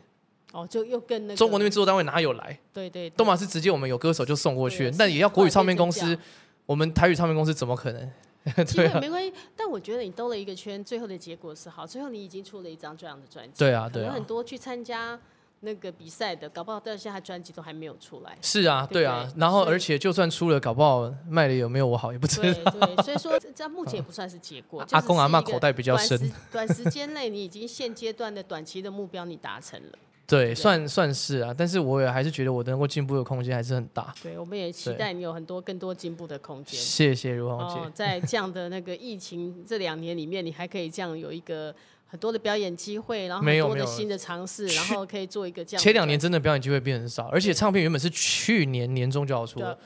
B: 哦，就又跟那个
C: 中国那边制作单位哪有来？
B: 对对，对
C: 东马是直接我们有歌手就送过去
B: 对，啊
C: 但也要国语唱片公
B: 跨界
C: 司
B: 增，
C: 我们台语唱片公司怎么可能？
B: 其
C: 对
B: 实
C: 啊
B: 没关系，但我觉得你兜了一个圈，最后的结果是好，最后你已经出了一张这样的专辑。
C: 对啊
B: 可
C: 对
B: 能
C: 啊。
B: 很多去参加那个比赛的，搞不好到现在专辑都还没有出来
C: <laughs> 是啊，
B: 对
C: 对
B: 不
C: 啊
B: 对，
C: 然后
B: 所以
C: 而且就算出了，搞不好卖的有没有我好也不知 <laughs>
B: 对
C: 道。
B: 对，所以说这这目前也不算是结果。就
C: <laughs> 阿
B: 只
C: 公
B: 是
C: 阿嬷
B: 一个
C: 口袋比较
B: 短时 <laughs>
C: 深。
B: 短时间内，你已经现阶段的短期的目标你达成了。
C: 对，算算是啊，但是我也还是觉得我能够进步的空间还是很大。
B: 对，我们也期
C: 对
B: 待你有很多更多进步的空间。
C: 谢谢如虹
B: 哦
C: 姐，，
B: 在这样的那个疫情这两年里面，你还可以这样有一个很多的表演机会，然后
C: 没
B: 很
C: 有
B: 多的
C: 没有
B: 新的尝试，然
C: 去
B: 后可以做一个这样的专辑。
C: 前两年真的表演机会变很少，而且唱片原本是去年年中就要出
B: 对啊
C: 了，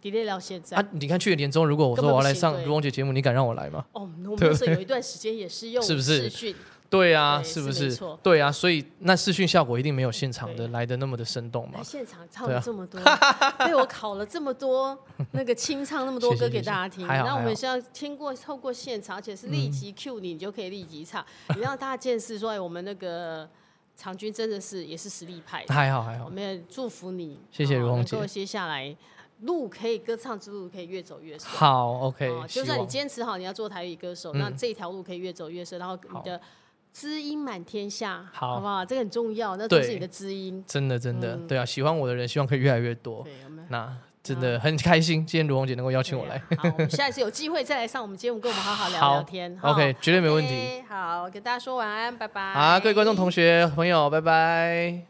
B: delay 到现在。
C: 啊。你看去年年中，如果我说我要来
B: 根本不
C: 上
B: 行对
C: 如虹姐节目，你敢让我来吗？
B: 哦，我们那时候有一段时间也是用
C: 是不
B: 视
C: 是
B: 讯，
C: 对啊，
B: 对
C: 是不
B: 是没
C: 是
B: 错？
C: 对啊，所以那视讯效果一定没有现场
B: 对
C: 的来的那么的生动嘛
B: 来。现场唱
C: 对
B: 了
C: 啊
B: 这么
C: <laughs>
B: 多，被我考了这么多那个清唱那么多
C: 谢谢
B: 歌给
C: 谢谢
B: 大家听。
C: 还好
B: 那我
C: 还
B: 们
C: 好嗯
B: 是要听过透过现场，而且是立即 cue 你，你就可以立即唱，你让大家见识说，哎，我们那个长军真的是也是实力
C: <laughs>
B: 派的。
C: 还好还
B: 我
C: 好，
B: 们也祝福你，
C: 谢谢
B: 哦
C: 如虹
B: 能
C: 姐
B: 够接下来路可以歌唱之路可以越走越深。
C: 好 OK，
B: 哦，就
C: 希
B: 算你
C: 望嗯
B: 坚持好，你要做台语歌手，那这条路可以越走越深，然后你
C: 好
B: 的知音满天下，
C: 好
B: 不好？这个很重要，那都是
C: 对
B: 你的知音。
C: 真的真的对啊，喜欢我的人希望可以越来越多。
B: 嗯对，我们
C: 那真的很开心，今天如虹姐能够邀请我来。
B: 对啊好，我们下一次有机会再来上我们节目，跟我们好好聊
C: 好
B: 聊天。哈
C: OK，绝对没问题。
B: OK，好，跟大家说晚安，拜拜。
C: 好，各位观众同学朋友，拜拜。